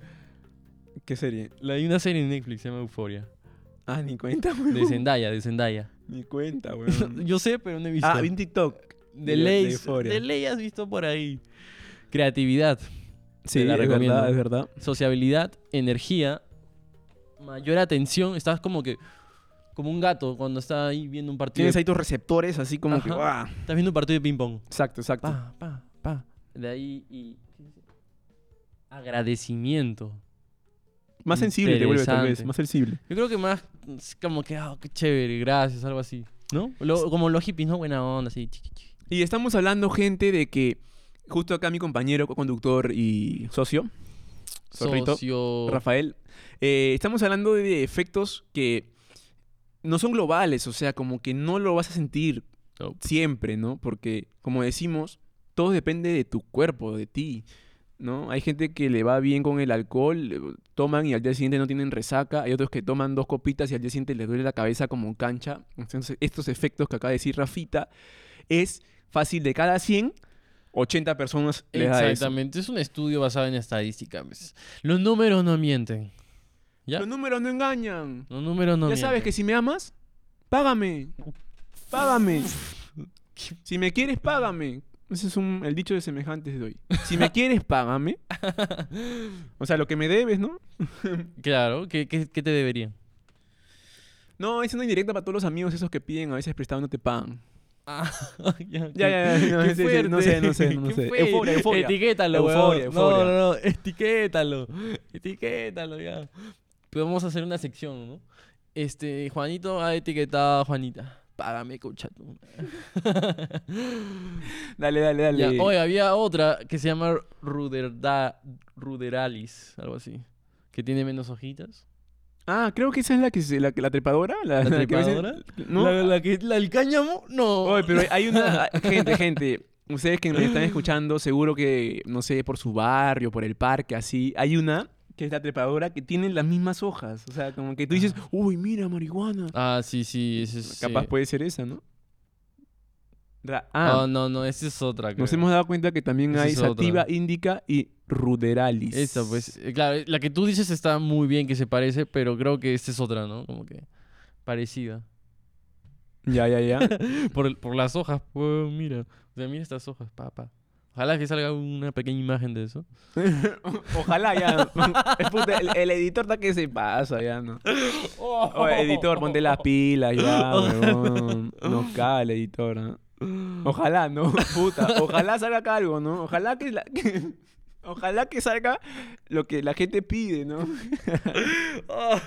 ¿Qué serie? La, hay una serie en Netflix, se llama Euforia. Ah, ni cuenta, De weón. Zendaya, de Zendaya. Ni cuenta, weón. Yo sé, pero no he visto. ah, vi un TikTok. de, de- ley, de de, Euphoria. ley has visto por ahí. Creatividad, Sí, la es recomiendo. verdad, es verdad. sociabilidad, energía, mayor atención. Estás como que... Como un gato cuando está ahí viendo un partido. Tienes de- ahí tus receptores así como que... Ajá. Ah, ¡guau! Estás viendo un partido de ping-pong. Exacto, exacto. Pa, pa, pa. De ahí y... Agradecimiento. más sensible te vuelve tal vez, Interesante. más sensible. Yo creo que más es como que, ah, qué chévere, gracias, algo así. ¿No? Lo- como los hippies, ¿no? Buena onda, así. chiqui, chiqui. Y estamos hablando, gente, de que justo acá mi compañero, conductor y socio, Zorrito, Socio- Rafael, eh, estamos hablando de efectos que no son globales, o sea, como que no lo vas a sentir Nope. siempre, ¿no? Porque, como decimos, todo depende de tu cuerpo, de ti, ¿no? Hay gente que le va bien con el alcohol, eh, toman y al día siguiente no tienen resaca, hay otros que toman dos copitas y al día siguiente les duele la cabeza como cancha. Entonces, estos efectos que acaba de decir Rafita es fácil de cada 100, 80 personas les da eso. Exactamente, es un estudio basado en estadística. pues. Los números no mienten. ¿Ya? Los números no engañan. Los números no ya mienten. sabes que si me amas, págame. Págame. Si me quieres, págame. Ese es un- el dicho de semejantes de hoy. Si me quieres, págame. O sea, lo que me debes, ¿no? Claro, ¿qué, qué, qué te deberían? No, es una indirecta para todos los amigos esos que piden a veces prestado y no te pagan. Ah, ya, Ya, ya, ya, no, qué sí, sí, no sé, no sé, fuerte. no Qué sé. fuerte. Euforia, euforia. Etiquétalo, Euforia, weón. euforia. No, no, no, etiquétalo. Etiquétalo ya. Podemos hacer una sección, ¿no? Este, Juanito ha etiquetado a Juanita. Págame, cochato. Dale, dale, dale. Ya, oye, había otra que se llama Ruderda, Ruderalis, algo así. Que tiene menos hojitas. Ah, creo que esa es la que se- la, la trepadora. La, ¿La la que a veces- trepadora? ¿No? ¿La, la que, la del cáñamo? No. Oye, pero hay una... ah, Gente, gente, ustedes que me están escuchando, seguro que, no sé, por su barrio, por el parque, así, hay una que es la trepadora que tiene las mismas hojas. O sea, como que tú dices, uy, mira, marihuana. Ah, sí, sí. ese es, Capaz sí. puede ser esa, ¿no? Ra- Ah, ah, no, no, esa es otra. nos creo. hemos dado cuenta que también Esa hay es otra. sativa indica y ruderalis. Esta, pues, eh, claro, eh, la que tú dices está muy bien que se parece, pero creo que esta es otra, ¿no? Como que parecida. Ya, ya, ya. Por, el- por las hojas, pues, mira. O sea, mira estas hojas, papá. Ojalá que salga una pequeña imagen de eso. Ojalá ya. Es puta, el, el editor está que se pasa ya, ¿no? Oh, Oye, editor, ponte las pilas ya, huevón. Nos cae el editor, ¿no? Ojalá, ¿no? Puta, ojalá salga acá algo, ¿no? Ojalá que, la- que- Ojalá que salga lo que la gente pide, ¿no? oh.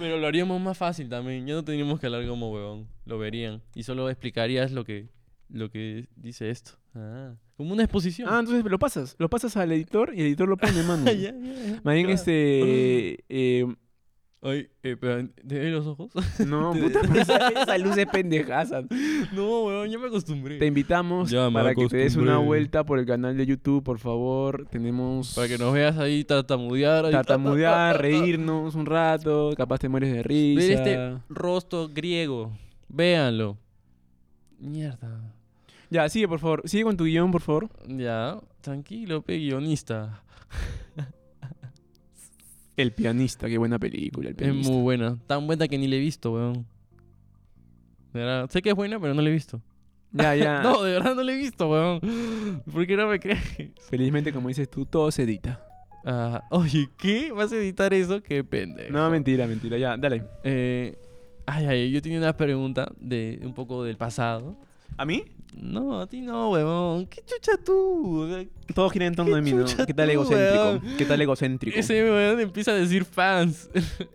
Pero lo haríamos más fácil también. Ya no teníamos que hablar como huevón. Lo verían. Y solo explicarías lo que, lo que dice esto. Ah, como una exposición. Ah, entonces lo pasas. Lo pasas al editor y el editor lo pone, mano. Ya, ya, ya, Más bien, claro. este... eh, Ay, eh, pero, ¿te ves los ojos? no, puta, pero esa, esa luz es pendejaza. no, huevón, ya me acostumbré. Te invitamos Ya me para que te des una acostumbré. vuelta por el canal de YouTube, por favor. Tenemos... Para que nos veas ahí tartamudear. ahí, ta, ta, ta, ta, tartamudear, ta. reírnos un rato, capaz te mueres de risa. Ver este rostro griego. Véanlo. Mierda. Ya, sigue por favor, sigue con tu guión, por favor. Ya, tranquilo, pe guionista. El pianista, qué buena película, el Es pianista. muy buena. Tan buena que ni la he visto, weón. De verdad, sé que es buena, pero no la he visto. Ya, ya. No, de verdad no la he visto, weón. ¿Por qué no me crees? Felizmente, como dices tú, todo se edita. Ah, oye, ¿qué? ¿Vas a editar eso? Qué pendejo. No, mentira, mentira, ya, dale. Eh, ay, ay, yo tenía una pregunta de un poco del pasado. ¿A mí? No, a ti no, weón. ¿Qué chucha tú? O sea, Todos giran en torno de Qué mí, ¿no? chucha ¿Qué tal tú, egocéntrico? weón. ¿Qué tal egocéntrico? Ese weón empieza a decir fans.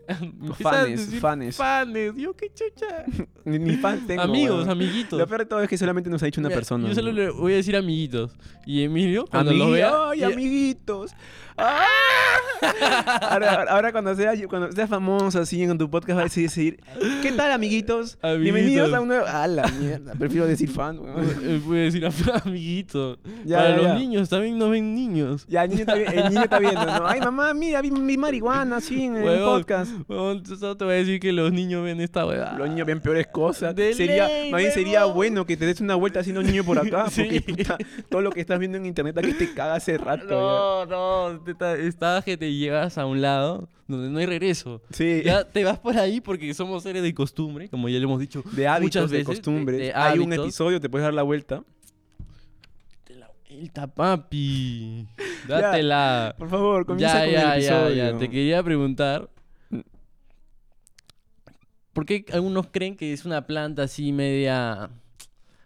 Empieza a Fanes, decir fanes. fanes. Yo, qué chucha. Ni, ni fan tengo. amigos, weón. amiguitos. Lo peor de todo es que solamente nos ha dicho una Mira, persona. Yo solo ¿no? le voy a decir amiguitos. Y Emilio, cuando Amigui- lo vea. ¡Ay, ya- amiguitos! ¡Ah! ahora, ahora- ahora cuando seas cuando seas famoso así en tu podcast vas a decir, ¿qué tal, amiguitos? Amiguitos. Bienvenidos a un nuevo... ¡Ah, la mierda! Prefiero decir fan. weón. Eh, Voy a decir amiguitos. Ya, Para ya, los ya. niños también nos ven niños. Ya, el niño, está, vi- el niño está viendo, ¿no? Ay, mamá, mira, vi, vi marihuana, sí, en el Huevón. podcast. Weón, tú solo te voy a decir que los niños ven esta weá. Los niños ven peores cosas. De sería, ley, más bien sería huevón. bueno que te des una vuelta haciendo niño por acá. Sí. Porque puta, todo lo que estás viendo en internet aquí te caga hace rato. ya. No, no, te está, está que te repente llegas a un lado donde no hay regreso. Sí. Ya te vas por ahí porque somos seres de costumbre, como ya le hemos dicho. De hábitos, muchas de veces, de- costumbres. de Hay un hábitos. episodio, te puedes dar la vuelta. Date la vuelta, papi. Ya, Dátela. Por favor, comienza Ya, con el ya, ya, episodio. Mm. ya. Te quería preguntar. ¿Por qué algunos creen que es una planta así media.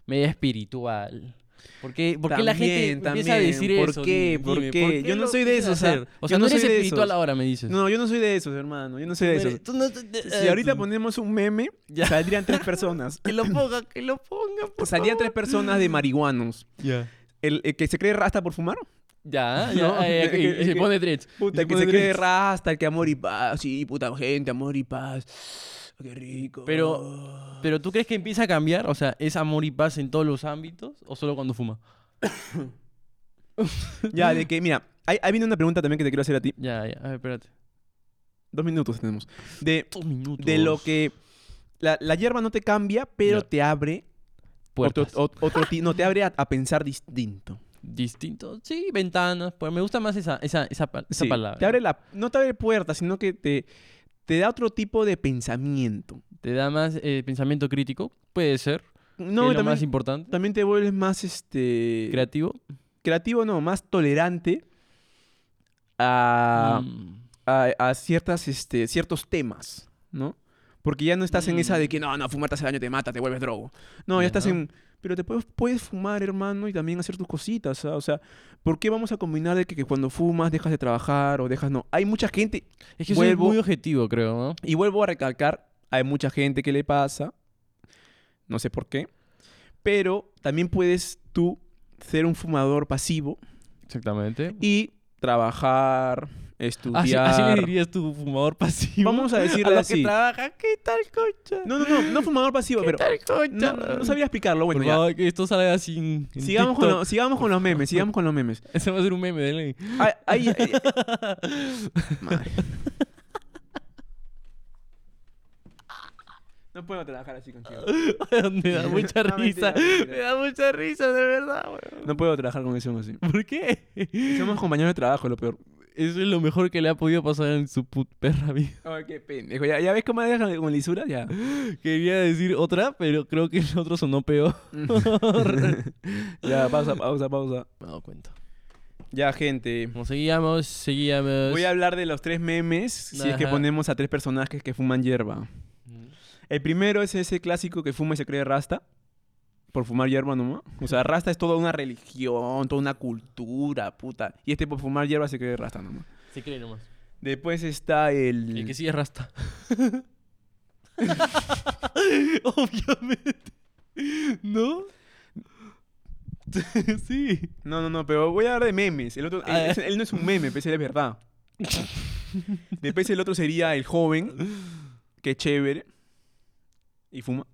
media espiritual? ¿Por qué, por qué la gente También, empieza a también. decir ¿Por eso? qué? Dime, ¿Por dime, qué? Yo no lo soy de quieres esos, o sea, hacer? yo O sea, no no, eres soy de espiritual esos. ahora, me dices. No, yo no soy de esos, hermano. Yo no soy No de eres- esos. tú no te- te- Si eh, ahorita tú- ponemos un meme, Ya. saldrían tres personas. Que lo ponga, que lo ponga, por Salían favor. tres personas de marihuanos. Ya. El, el que se cree rasta por fumar. Ya, No, ya, eh, es que- y- es y se que- pone dreads. Puta, Y el que pone se cree dreads. rasta, el que amor y paz. Sí, puta gente, amor y paz. Oh, Qué rico. Pero- Pero tú crees que empieza a cambiar, o sea, es amor y paz en todos los ámbitos o solo cuando fuma? Ya, de que, mira, ahí, ahí viene una pregunta también que te quiero hacer a ti. Ya, ya, a ver, espérate. Dos minutos tenemos. De, Dos minutos. de lo que. La, la hierba no te cambia, pero Ya. te abre. Otro, Puertas. ot- otro ti- no, te abre a, a pensar distinto. Distinto. Sí, ventanas. Pues me gusta más esa, esa, esa, pa- esa Sí, palabra. Te abre la, no te abre puertas, sino que te, te da otro tipo de pensamiento. Te da más eh, pensamiento crítico. Puede ser. No, No, es y lo más también, importante. también te vuelves más este Creativo. creativo, no, más tolerante a, Mm. a- a ciertas, este, ciertos temas, ¿no? Porque ya no estás en esa de que no, no, fumarte hace daño te mata, te vuelves drogo. No, ya Ya. estás en. Pero te puedes, puedes fumar, hermano, y también hacer tus cositas. ¿ah? O sea, ¿por qué vamos a combinar de que, que cuando fumas dejas de trabajar o dejas no? Hay mucha gente, Es que Vuelvo- soy muy objetivo, creo, ¿no? y vuelvo a recalcar, hay mucha gente que le pasa, no sé por qué, pero también puedes tú ser un fumador pasivo Exactamente. y trabajar, estudiar. Así, Ah, así le dirías tu fumador pasivo. Vamos a decirle los así. que trabajan, ¿qué tal, concha? No, no, no, no fumador pasivo, ¿Qué pero tal, concha? no, no sabía explicarlo. Bueno, Por ya. favor, que esto salga así. en- en Sigamos con, TikTok. los, sigamos con los memes, sigamos con los memes. Ese va a ser un meme, dale. Ay, ay, ay, madre. No puedo trabajar así contigo. me da mucha No, mentira, risa. mentira. Me da mucha risa, de verdad, weón. No puedo trabajar con eso así. ¿Por qué? Somos compañeros de trabajo, lo peor. Eso es lo mejor que le ha podido pasar en su put perra vida. Ay, qué pendejo. ¿Ya, ya ves cómo deja con lisura? Ya. Quería decir otra, pero creo que el otro sonó peor. ya, pausa, pausa, pausa. Me he dado cuenta. Ya, gente. Como seguíamos, seguíamos. Voy a hablar de los tres memes si es que Ajá. ponemos a tres personajes que fuman hierba. Mm. El primero es ese clásico que fuma y se cree rasta. Por fumar hierba nomás. O sea, rasta es toda una religión, toda una cultura, puta. Y este por fumar hierba se cree rasta nomás. Se cree nomás. Después está el... El que sí es rasta. Obviamente. ¿No? sí. No, no, no, pero voy a hablar de memes. El otro, Ah, él, ese- él no es un meme, pero es verdad. Después el otro sería el joven, que es chévere, y fuma.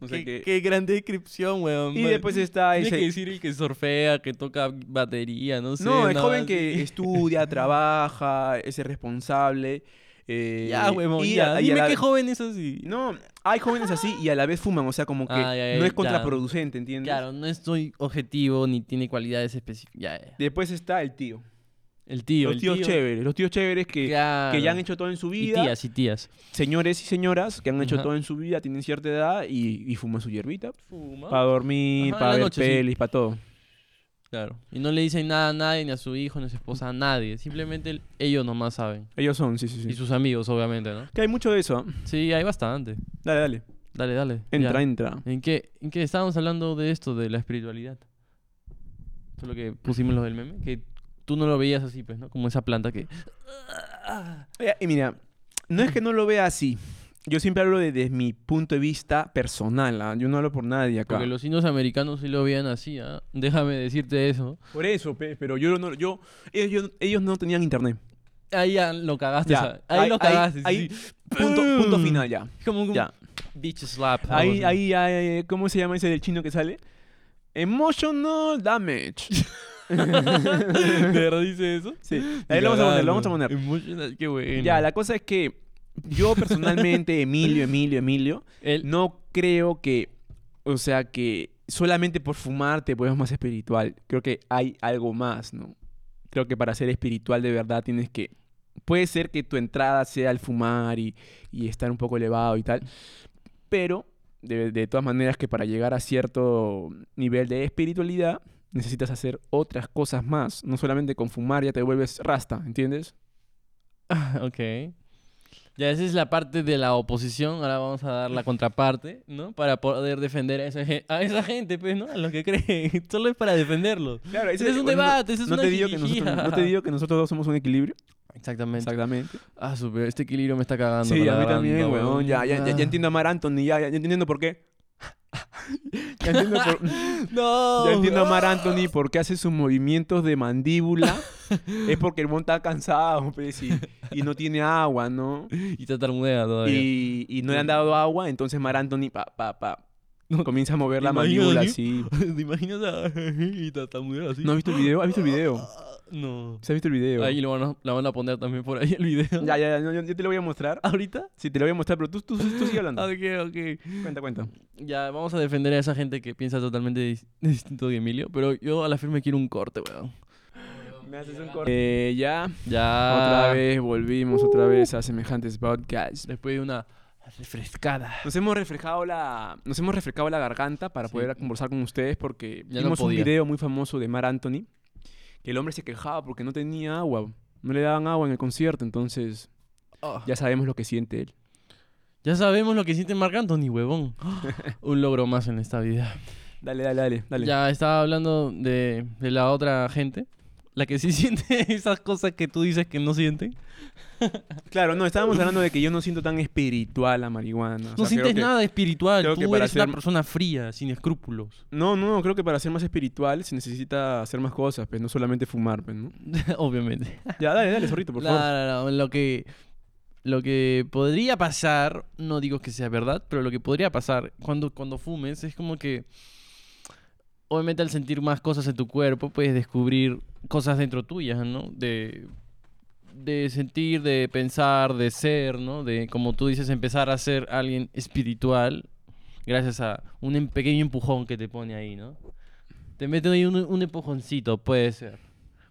O sea qué, que- qué gran descripción, weón. Y Man. después está Tiene que ese... decir el que sorfea, que toca batería, no sé. No, el una joven base. que estudia, trabaja, es el responsable. eh, Ya, huevón, y ya. a- y a Dime la- qué joven es así. No, hay jóvenes así y a la vez fuman, o sea, como que Ah, ya, ya, no es ya. contraproducente, ¿entiendes? Claro, no estoy objetivo ni tiene cualidades específicas. Ya, ya. Después está el tío. El tío, los el tíos tío. chéveres, los tíos chéveres que, Claro. que ya han hecho todo en su Y vida. tías, y tías. señores y señoras que han hecho Ajá. todo en su vida, tienen cierta edad y, y fuman su hierbita. Fuma. Para dormir, Ajá, en para la ver noche, sí. pelis, para todo. Claro. Y no le dicen nada a nadie, ni a su hijo, ni a su esposa, a nadie. Simplemente el- ellos nomás saben. Ellos son, sí, sí, Y sí. sus amigos, obviamente, ¿no? Que hay mucho de eso. ¿ah? Sí, hay bastante. Dale, dale. Dale, dale. Entra, ya. entra. ¿En qué, ¿En qué estábamos hablando de esto, de la espiritualidad? Solo que pusimos lo del meme, que tú no lo veías así, pues, ¿no? Como esa planta que... Eh, Y mira, no es que no lo vea así. Yo siempre hablo desde mi punto de vista personal. ¿ah? Yo no hablo por nadie acá. Porque los indios americanos sí lo veían así, ¿ah? Déjame decirte eso. Por eso, pe, pero yo no. Yo, ellos, ellos no tenían internet. Ahí ya lo cagaste, Ya, ¿sabes? Ahí, ahí- lo ahí- cagaste, sí, ahí- sí. Punto, ¡Pum! punto final ya. Es como un Ya. bitch slap. algo Ahí, así. ahí, ya, eh, ¿cómo se llama ese del chino que sale? Emotional damage. ¿De verdad dice eso? Sí. Ahí lo vamos a poner, lo vamos a poner. Emotional, qué bueno. Ya, la cosa es que yo personalmente, Emilio, Emilio, Emilio, El- no creo que, o sea, que solamente por fumar te vuelvas más espiritual. Creo que hay algo más, ¿no? Creo que para ser espiritual de verdad tienes que... Puede ser que tu entrada sea el fumar y, y estar un poco elevado y tal, pero de, de todas maneras que para llegar a cierto nivel de espiritualidad necesitas hacer otras cosas más. No solamente con fumar ya te vuelves rasta, ¿entiendes? ok. Ya esa es la parte de la oposición, ahora vamos a dar la contraparte, ¿no? Para poder defender a esa, gen- a esa gente, pues, ¿no? A los que creen, solo es para defenderlos. Claro, ese- Es un bueno, no- debate, ese es no una te digo que nosotros, jijijija. No te digo que nosotros dos somos un equilibrio. Exactamente. Exactamente. Ah, super, este equilibrio me está cagando. Sí, con la a mí garganta, también, weón. Ya, ya, ya, Ah. ya entiendo a Mar Anthony, ya, ya, ya entiendo por qué. ya, entiendo por- No. ya entiendo a Mar Anthony por qué hace sus movimientos de mandíbula. es porque el mon está cansado, pues, y, y no tiene agua, ¿no? Y tartamudea todavía. Y, y no le han dado agua, entonces Mar Anthony, pa, pa, pa, comienza a mover la Imagínate. mandíbula así. ¿Te imaginas a... y tartamudea así? Ah, ¿No has visto el video? ¿Has visto el video? No. ¿Se ha visto el video? Ahí lo van a, la van a poner también por ahí el video. Ya, ya, ya, no, yo, yo te lo voy a mostrar. ¿Ahorita? Sí, te lo voy a mostrar, pero tú, tú, tú sigue hablando. Ok, ok. Cuenta, cuenta. Ya, vamos a defender a esa gente que piensa totalmente dis- distinto de Emilio, pero yo a la firme quiero un corte, weón. Me haces un corte. Eh, ya. Ya. Otra vez volvimos otra vez a semejantes podcasts. Después de una refrescada. Nos hemos refrescado la, nos hemos refrescado la garganta para Sí. poder conversar con ustedes porque Ya no vimos un podía. video muy famoso de Mar Anthony que el hombre se quejaba porque no tenía agua, no le daban agua en el concierto, entonces Ah. ya sabemos lo que siente él. Ya sabemos lo que siente Marc Anthony, huevón. un logro más en esta vida. Dale, dale, dale, dale. Ya estaba hablando de, de la otra gente. La que sí siente esas cosas que tú dices que no sienten. Claro, no, estábamos hablando de que yo no siento tan espiritual la marihuana. o sea, no creo sientes que- nada espiritual. creo Tú que eres para ser- una persona fría, sin escrúpulos. No, no, creo que para ser más espiritual se necesita hacer más cosas, pues no solamente fumar, pues, ¿no? Obviamente. Ya, dale, dale, zorrito, por No, favor. no, no, Lo que, lo que podría pasar, no digo que sea verdad, pero lo que podría pasar cuando, cuando fumes es como que. Obviamente, al sentir más cosas en tu cuerpo, puedes descubrir cosas dentro tuyas, ¿no? De, de sentir, de pensar, de ser, ¿no? De, como tú dices, empezar a ser alguien espiritual gracias a un em- pequeño empujón que te pone ahí, ¿no? Te mete ahí un, un empujoncito, puede ser.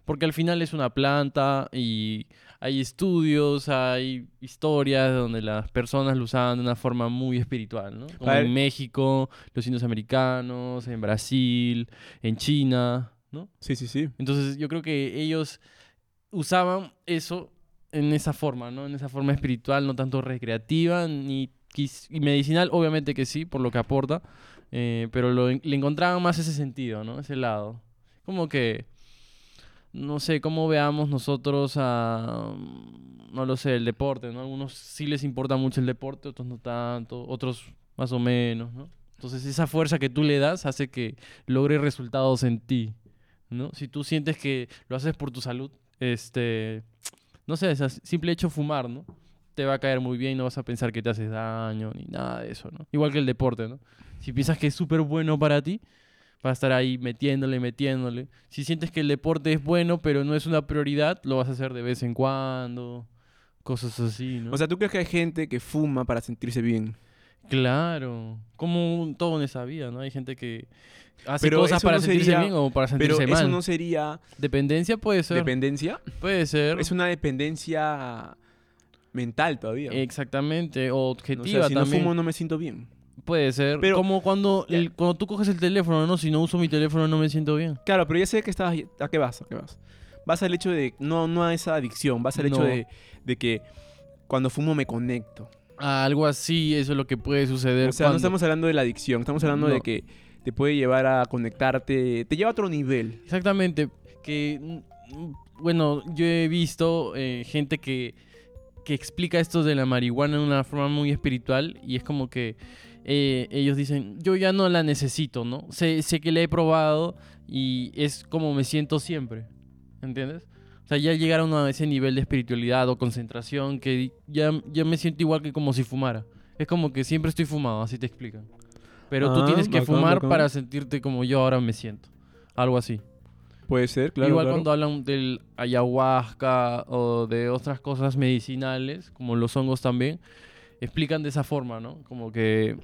Porque al final es una planta y hay estudios, hay historias donde las personas lo usaban de una forma muy espiritual, ¿no? Como A ver. en México, los indios americanos, en Brasil, en China, ¿no? Sí, sí, sí. Entonces yo creo que ellos usaban eso en esa forma, ¿no? En esa forma espiritual, no tanto recreativa ni quis- y medicinal, obviamente que sí, por lo que aporta, eh, pero lo en- le encontraban más ese sentido, ¿no? Ese lado. Como que, no sé, cómo veamos nosotros a, mm, no lo sé, el deporte, ¿no? Algunos sí les importa mucho el deporte, otros no tanto, otros más o menos, ¿no? Entonces esa fuerza que tú le das hace que logre resultados en ti. ¿no? Si tú sientes que lo haces por tu salud, este, no sé, esa- simple hecho fumar, ¿no? Te va a caer muy bien, no vas a pensar que te haces daño ni nada de eso, ¿no? Igual que el deporte, ¿no? Si piensas que es súper bueno para ti, vas a estar ahí metiéndole, metiéndole. Si sientes que el deporte es bueno, pero no es una prioridad, lo vas a hacer de vez en cuando, cosas así, ¿no? O sea, ¿tú crees que hay gente que fuma para sentirse bien? claro, como un- todo en esa vida, ¿no? Hay gente que hace Pero cosas eso para no sentirse sería- bien o para Pero sentirse eso mal. no sería Dependencia puede ser. dependencia. puede ser. Es una dependencia mental todavía. Exactamente, o O objetiva sea, si no también. fumo no me siento bien. Puede ser. Pero- como cuando, el- cuando tú coges el teléfono, ¿no? Si no uso mi teléfono no me siento bien. Claro, pero ya sé que estás... ¿A qué vas? ¿A qué vas? Vas al hecho de... No, no a esa adicción. Vas al hecho No. de, de que cuando fumo me conecto. Algo así, eso es lo que puede suceder. O sea, no cuando- estamos hablando de la adicción. Estamos hablando de No. que te puede llevar a conectarte... Te lleva a otro nivel. Exactamente, que mm, mm, bueno, yo he visto eh, gente que, que explica esto de la marihuana de una forma muy espiritual y es como que eh, ellos dicen, yo ya no la necesito, ¿no? Sé, sé que la he probado y es como me siento siempre, ¿entiendes? O sea, ya llegaron a ese nivel de espiritualidad o concentración que di- ya, ya me siento igual que como si fumara. Es como que siempre estoy fumado, así te explican. Pero tú Ah, tienes que bacán, fumar bacán. para sentirte como yo ahora me siento. Algo así. Puede ser, claro. Igual claro. cuando hablan del ayahuasca o de otras cosas medicinales, como los hongos también, explican de esa forma, ¿no? Como que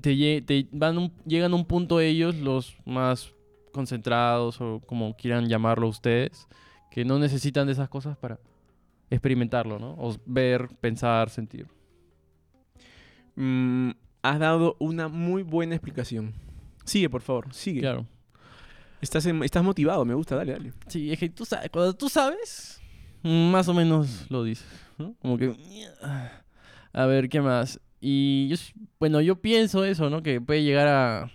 te, lle- te van un- llegan a un punto ellos, los más concentrados o como quieran llamarlo ustedes, que no necesitan de esas cosas para experimentarlo, ¿no? O ver, pensar, sentir. Mm, has dado una muy buena explicación. Sigue, por favor, sigue. Claro. Estás, en- estás motivado, me gusta, dale, dale. Sí, es que tú sabes, cuando tú sabes, más o menos lo dices, ¿no? Como que, "Ah, a ver, ¿qué más? Y yo, s- bueno, yo pienso eso, ¿no? Que puede llegar a,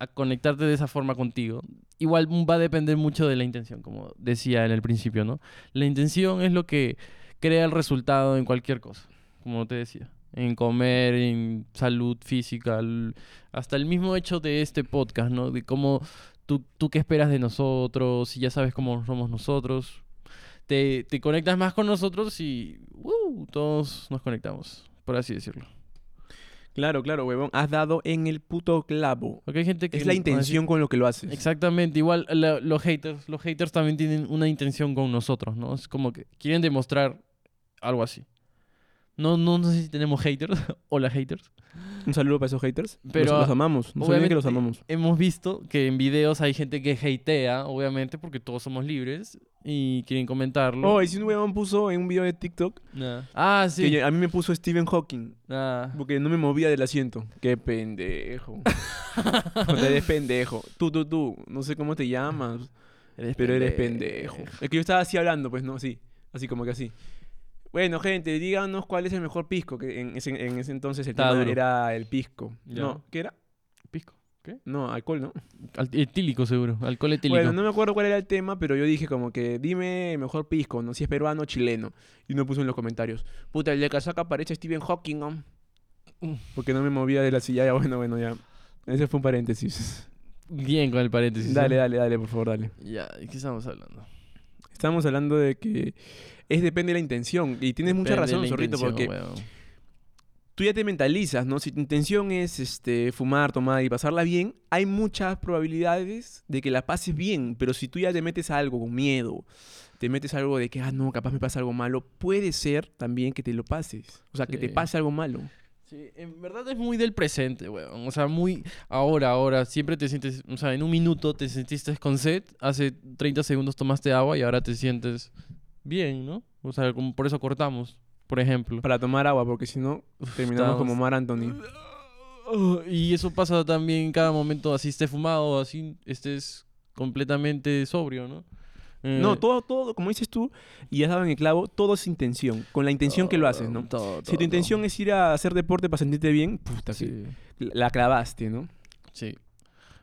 a conectarte de esa forma contigo. Igual mm, va a depender mucho de la intención, como decía en el principio, ¿no? La intención es lo que crea el resultado en cualquier cosa, como te decía. En comer, en salud física, l- hasta el mismo hecho de este podcast, ¿no? De cómo tú, tú qué esperas de nosotros, si ya sabes cómo somos nosotros. Te, te conectas más con nosotros y ¡wow! todos nos conectamos, por así decirlo. Claro, claro, huevón. Has dado en el puto clavo. Porque hay gente que Es la no- así- intención con lo que lo haces. Exactamente, igual la- los haters, los haters también tienen una intención con nosotros, ¿no? Es como que quieren demostrar algo así. No, no, no sé si tenemos haters, hola haters. Un saludo para esos haters. Los- Pero, los, amamos. No se olviden que los obviamente- amamos. Hemos visto que en videos hay gente que hatea, obviamente, porque todos somos libres y quieren comentarlo. Oh, y si un huevón puso en un video de TikTok Nah. Ah, sí. que a mí me puso Stephen Hawking Ah. porque no me movía del asiento. Qué pendejo. No te eres pendejo. Tú, tú, tú. No sé cómo te llamas, pero eres pendejo. Es que yo estaba así hablando, pues, ¿no? Así. Así como que así. Bueno, gente, díganos cuál es el mejor pisco. Que en ese, en ese entonces el Estaba tema duro. era el pisco. Ya. No, ¿qué era? Pisco. No, alcohol, ¿no? Alt- etílico seguro, alcohol etílico. Bueno, no me acuerdo cuál era el tema, pero yo dije como que dime el mejor pisco, no si es peruano o chileno. Y uno puso en los comentarios, puta, el de casaca parece Stephen Hawking, ¿no?". Porque no me movía de la silla, ya bueno, bueno, ya. Ese fue un paréntesis. Bien con el paréntesis. Dale, ¿no? dale, dale, por favor, dale. Ya, ¿de qué estamos hablando? Estamos hablando de que es depende de la intención. Y tienes mucha Depende de razón, la Zorrito, intención, porque weón. tú ya te mentalizas, ¿no? Si tu intención es este, fumar, tomar y pasarla bien, hay muchas probabilidades de que la pases bien, pero si tú ya te metes a algo con miedo, te metes a algo de que, ah, no, capaz me pasa algo malo, puede ser también que te lo pases, o sea, que te Sí. pase algo malo. Sí, en verdad es muy del presente, weón. O sea, muy ahora, ahora. Siempre te sientes, o sea, en un minuto te sentiste con sed, hace 30 segundos tomaste agua y ahora te sientes bien, ¿no? O sea, como por eso cortamos, por ejemplo. Para tomar agua, porque si no, terminamos estamos- Mm. como Mar Anthony. Ah, Y eso pasa también en cada momento, así estés fumado, así estés completamente sobrio, ¿no? Eh, No, todo, todo, como dices tú, y has dado en el clavo, todo es intención, con la intención que lo haces, ¿no? Todo, todo, Si tu intención es ir a hacer deporte para sentirte bien, puta, todo. que Sí, la clavaste, ¿no? sí,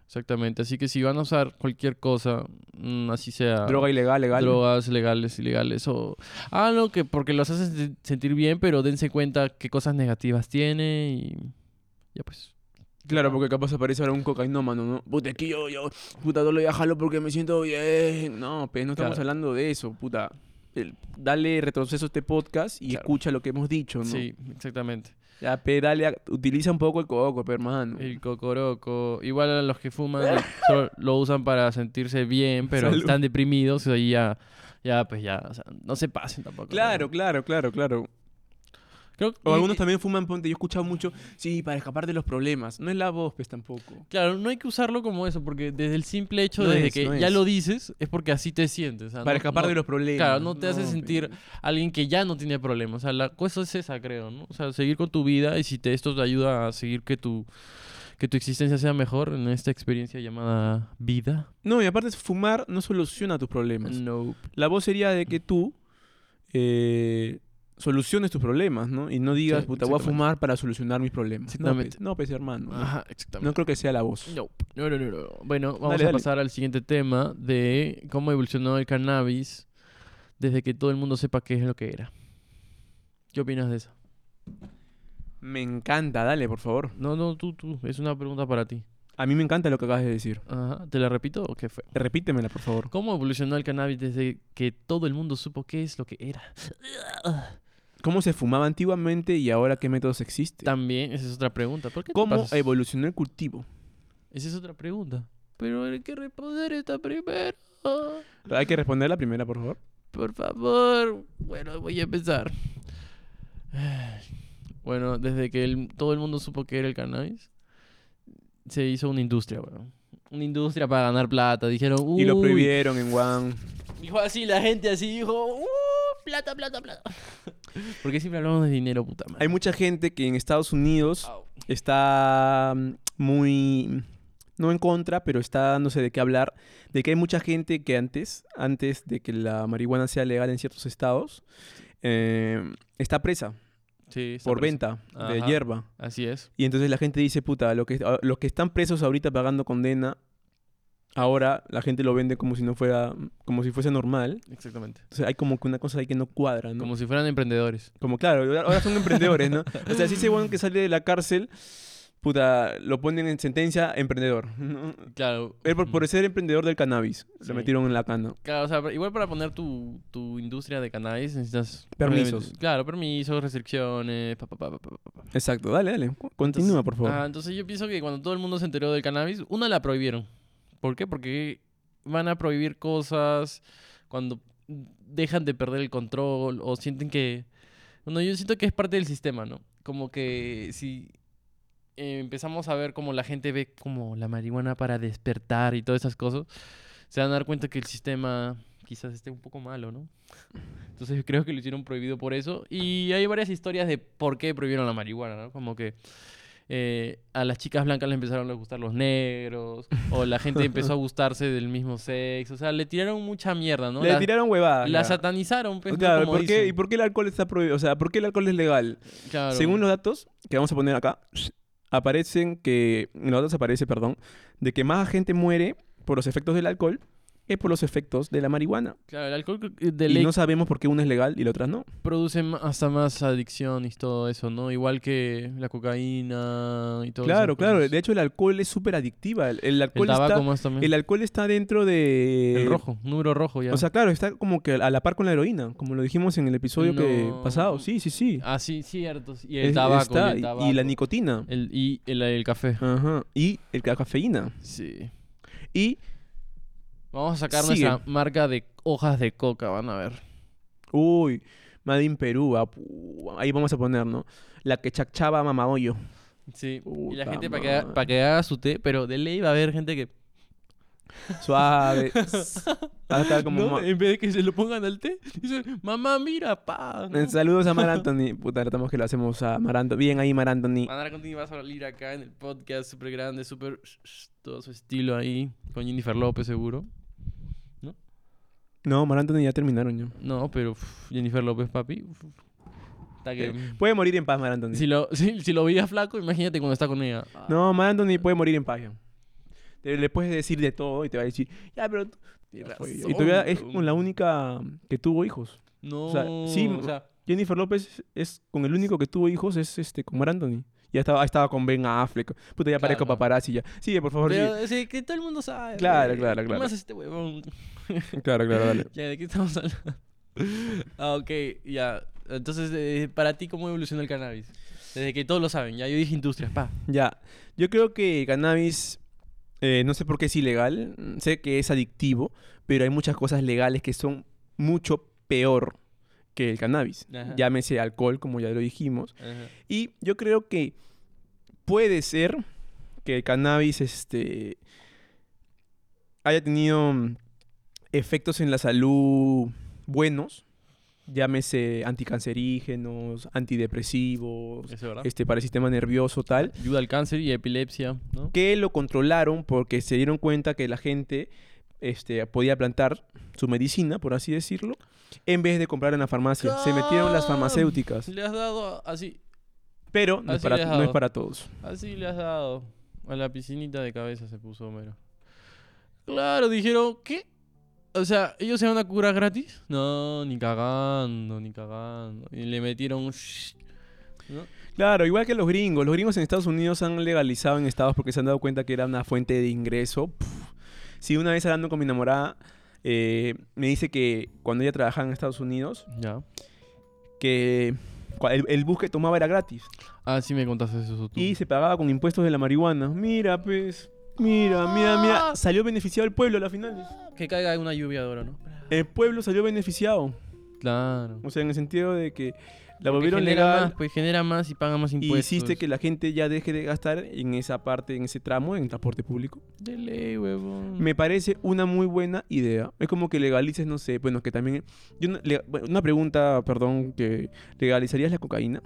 exactamente. Así que si van a usar cualquier cosa, mm, así sea... Droga ilegal, legal. Drogas legales, ilegales o... Ah, no, que porque los hacen se- sentir bien, pero dense cuenta qué cosas negativas tiene y... Ya pues. Claro, porque capaz aparece ahora un cocainómano, ¿no? Puta, es que yo, yo, puta, no lo voy a jalo porque me siento bien. No, pues no estamos Claro. hablando de eso, puta. El- dale retroceso a este podcast y Claro. escucha lo que hemos dicho, ¿no? Sí, exactamente. Ya, pe, dale, a- utiliza un poco el coco, pe, hermano. El cocoroco. Igual a los que fuman solo lo usan para sentirse bien, pero Salud. están deprimidos y ahí ya, ya pues ya, o sea, no se pasen tampoco. Claro, claro, claro, claro. Creo que- O algunos también fuman, ponte, yo he escuchado mucho, sí, para escapar de los problemas. No es la voz, pues, tampoco. Claro, no hay que usarlo como eso, porque desde el simple hecho No de es, que no ya es. lo dices, es porque así te sientes. o sea, Para no- escapar no- de los problemas. Claro, no te hace pe. sentir alguien que ya no tiene problemas. O sea, la cosa es esa, creo, ¿no? O sea, seguir con tu vida y si te, esto te ayuda a seguir que tu, que tu existencia sea mejor en esta experiencia llamada vida. No, y aparte, fumar no soluciona tus problemas. No. La voz sería de que tú eh, soluciones tus problemas, ¿no? Y no digas, Sí, puta, voy a exactamente. fumar para solucionar mis problemas. No, Exactamente. pues, no, pues, hermano. no. Ajá, No, exactamente. creo que sea la voz. No, no, no, no, no. Bueno, vamos Dale, a dale. pasar al siguiente tema de cómo evolucionó el cannabis desde que todo el mundo sepa qué es lo que era. ¿Qué opinas de eso? Me encanta, dale, por favor. No, no, tú, tú. Es una pregunta para ti. A mí me encanta lo que acabas de decir. Ajá. ¿Te la repito o qué fue? Repítemela, por favor. ¿Cómo evolucionó el cannabis desde que todo el mundo supo qué es lo que era? ¿Cómo se fumaba antiguamente y ahora qué métodos existen? También, esa es otra pregunta. ¿Por qué te ¿Cómo pasas? evolucionó el cultivo? Esa es otra pregunta. Pero hay que responder esta primero. Hay que responder la primera, por favor. Por favor. Bueno, voy a empezar. Bueno, desde que el- todo el mundo supo que era el cannabis, se hizo una industria, weón. Una industria para ganar plata. Dijeron, Y lo "Uy, prohibieron en Guam. Dijo así, la gente así dijo, "Uh, plata, plata, plata. Porque siempre hablamos de dinero, puta madre. Hay mucha gente que en Estados Unidos Au. está mm, muy no en contra, pero está dándose de qué hablar de que hay mucha gente que antes, antes de que la marihuana sea legal en ciertos estados, eh, está presa Sí, está por preso. venta de Ajá. hierba. Así es. Y entonces la gente dice, puta, lo que, a- los que están presos ahorita pagando condena, ahora la gente lo vende como si no fuera, como si fuese normal. Exactamente. Entonces hay como que una cosa ahí que no cuadra, ¿no? Como, Como si fueran emprendedores. claro, ahora- ahora son emprendedores, ¿no? O sea, si ese bueno que sale de la cárcel, puta, lo ponen en sentencia emprendedor. ¿no? Claro. Él por, por Ujú. ser emprendedor del cannabis, Sí. lo metieron en la cana. Claro, o sea, pero igual para poner tu, tu industria de cannabis necesitas... Permisos. obviamente, Claro, permisos, restricciones, pa, pa, pa, pa, pa, pa, pa. Exacto, dale, dale. cu- Continúa, por favor. Ah, entonces yo pienso que cuando todo el mundo se enteró del cannabis, una la prohibieron. ¿Por qué? Porque van a prohibir cosas cuando dejan de perder el control o sienten que... Bueno, yo siento que es parte del sistema, ¿no? Como que si eh, empezamos a ver como la gente ve como la marihuana para despertar y todas esas cosas, se van a dar cuenta que el sistema quizás esté un poco malo, ¿no? Entonces creo que lo hicieron prohibido por eso. Y hay varias historias de por qué prohibieron la marihuana, ¿no? Como que eh, a las chicas blancas les empezaron a gustar los negros, o la gente empezó a gustarse del mismo sexo, o sea, le tiraron mucha mierda, ah, ¿no? Le La- tiraron huevadas. la ya. satanizaron, pues, ¿no? Claro, Como ¿por qué- ¿y dicen. por qué el alcohol está prohibido? O sea, ¿por qué el alcohol es legal? Claro. Según los datos que vamos a poner acá, aparecen que, en los datos aparece, perdón, de que más gente muere por los efectos del alcohol que por los efectos de la marihuana. Claro, el alcohol creo que de y ley no sabemos por qué una es legal y la otra no. produce ma- hasta más adicción y todo eso, ¿no? Igual que la cocaína y todo pues, claro, claro. De hecho, el alcohol es súper adictiva. El, el El alcohol tabaco está, más también. el alcohol está dentro de... El rojo, número rojo ya. O sea, claro, está como que a la par con la heroína, como lo dijimos en el episodio que No. pasado. Sí, sí, sí. ah, sí, cierto. sí, Y el Es- tabaco. está, y, el y la tabaco. nicotina. El- y el, el café. Ajá. Y el, la cafeína. Sí. Y... Vamos a sacar Sigue. nuestra marca de hojas de coca, van a ver. Uy, Made in Perú, ah, pu- ahí vamos a poner, ¿no? La que chachaba mamabollo. Sí. y la Puta gente para que, haga- madre. pa' que haga su té, pero de ley va a haber gente que... Suave. s- Va a estar como No, eh, ma- En vez de que se lo pongan al té, dicen, mamá, mira, pa. ¿no? Saludos a Mar Anthony. Puta, tratamos que lo hacemos a Mar Anthony. Bien ahí, Mar Anthony. Mandar a va a salir acá en el podcast súper grande, súper todo su estilo ahí, con Jennifer López seguro. No, Mar Anthony ya terminaron ya. No, pero uf, Jennifer López, papi. uf, está que- mm, Puede morir en paz, Mar Anthony. si, lo, si, si lo veía flaco, imagínate cuando está con ella. No, Mar Anthony puede morir en paz. ya. Te- Le puedes decir de todo y te va a decir, ya, pero. tú- Tienes Ya fue, ya. razón, y todavía es weón. con la única que tuvo hijos. No, sea, sí, o sea, Jennifer López es con el único que tuvo hijos es este con Mar Anthony. Ya estaba, estaba con Ben Affleck. Puta, ya parezco Claro. paparazzi ya. Sigue, por favor. sigue. pero sí, que todo el mundo sabe. Claro, güey. claro, ¿Qué claro. Más este huevón. Claro, claro, dale. Ya, ¿de qué estamos hablando? ah, ok, ya. Entonces, eh, para ti, ¿cómo evolucionó el cannabis? Desde que todos lo saben, ya yo dije industrias, pa. Ya, yo creo que el cannabis, eh, no sé por qué es ilegal, mm, sé que es adictivo, pero hay muchas cosas legales que son mucho peor que el cannabis. Ajá. Llámese alcohol, como ya lo dijimos. Ajá. Y yo creo que puede ser que el cannabis este, haya tenido mm, efectos en la salud buenos, llámese anticancerígenos, antidepresivos, Eso, ¿verdad? este, para el sistema nervioso, tal Ayuda al cáncer y epilepsia, ¿no? que lo controlaron porque se dieron cuenta que la gente este, podía plantar su medicina, por así decirlo, en vez de comprar en la farmacia. Se metieron las farmacéuticas, Le has dado así, pero no es, Así para, les no es hago. para todos. así le has dado. A la piscinita de cabeza se puso Homero. Claro, dijeron, ¿qué? O sea, ¿ellos se van a curar gratis? No, ni cagando, ni cagando. Y le metieron... un ¿no? Claro, igual que los gringos. Los gringos en Estados Unidos han legalizado en estados porque se han dado cuenta que era una fuente de ingreso. Puf. Sí, una vez hablando con mi enamorada, eh, me dice que cuando ella trabajaba en Estados Unidos, Ya. que cua- el, el bus que tomaba era gratis. Ah, sí me contaste eso tú. Y se pagaba con impuestos de la marihuana. Mira, pues. Mira, mira, mira. Salió beneficiado el pueblo a la final. Que caiga una lluvia de oro, ¿no? El pueblo salió beneficiado. Claro. O sea, en el sentido de que La Porque volvieron genera legal más, pues genera más y paga más y impuestos. hiciste que la gente ya deje de gastar en esa parte, en ese tramo, en transporte público. De ley, huevón. Me parece una muy buena idea. Es como que legalices, no sé, bueno, que también... Yo no- le- bueno, una pregunta, perdón, que legalizarías la cocaína.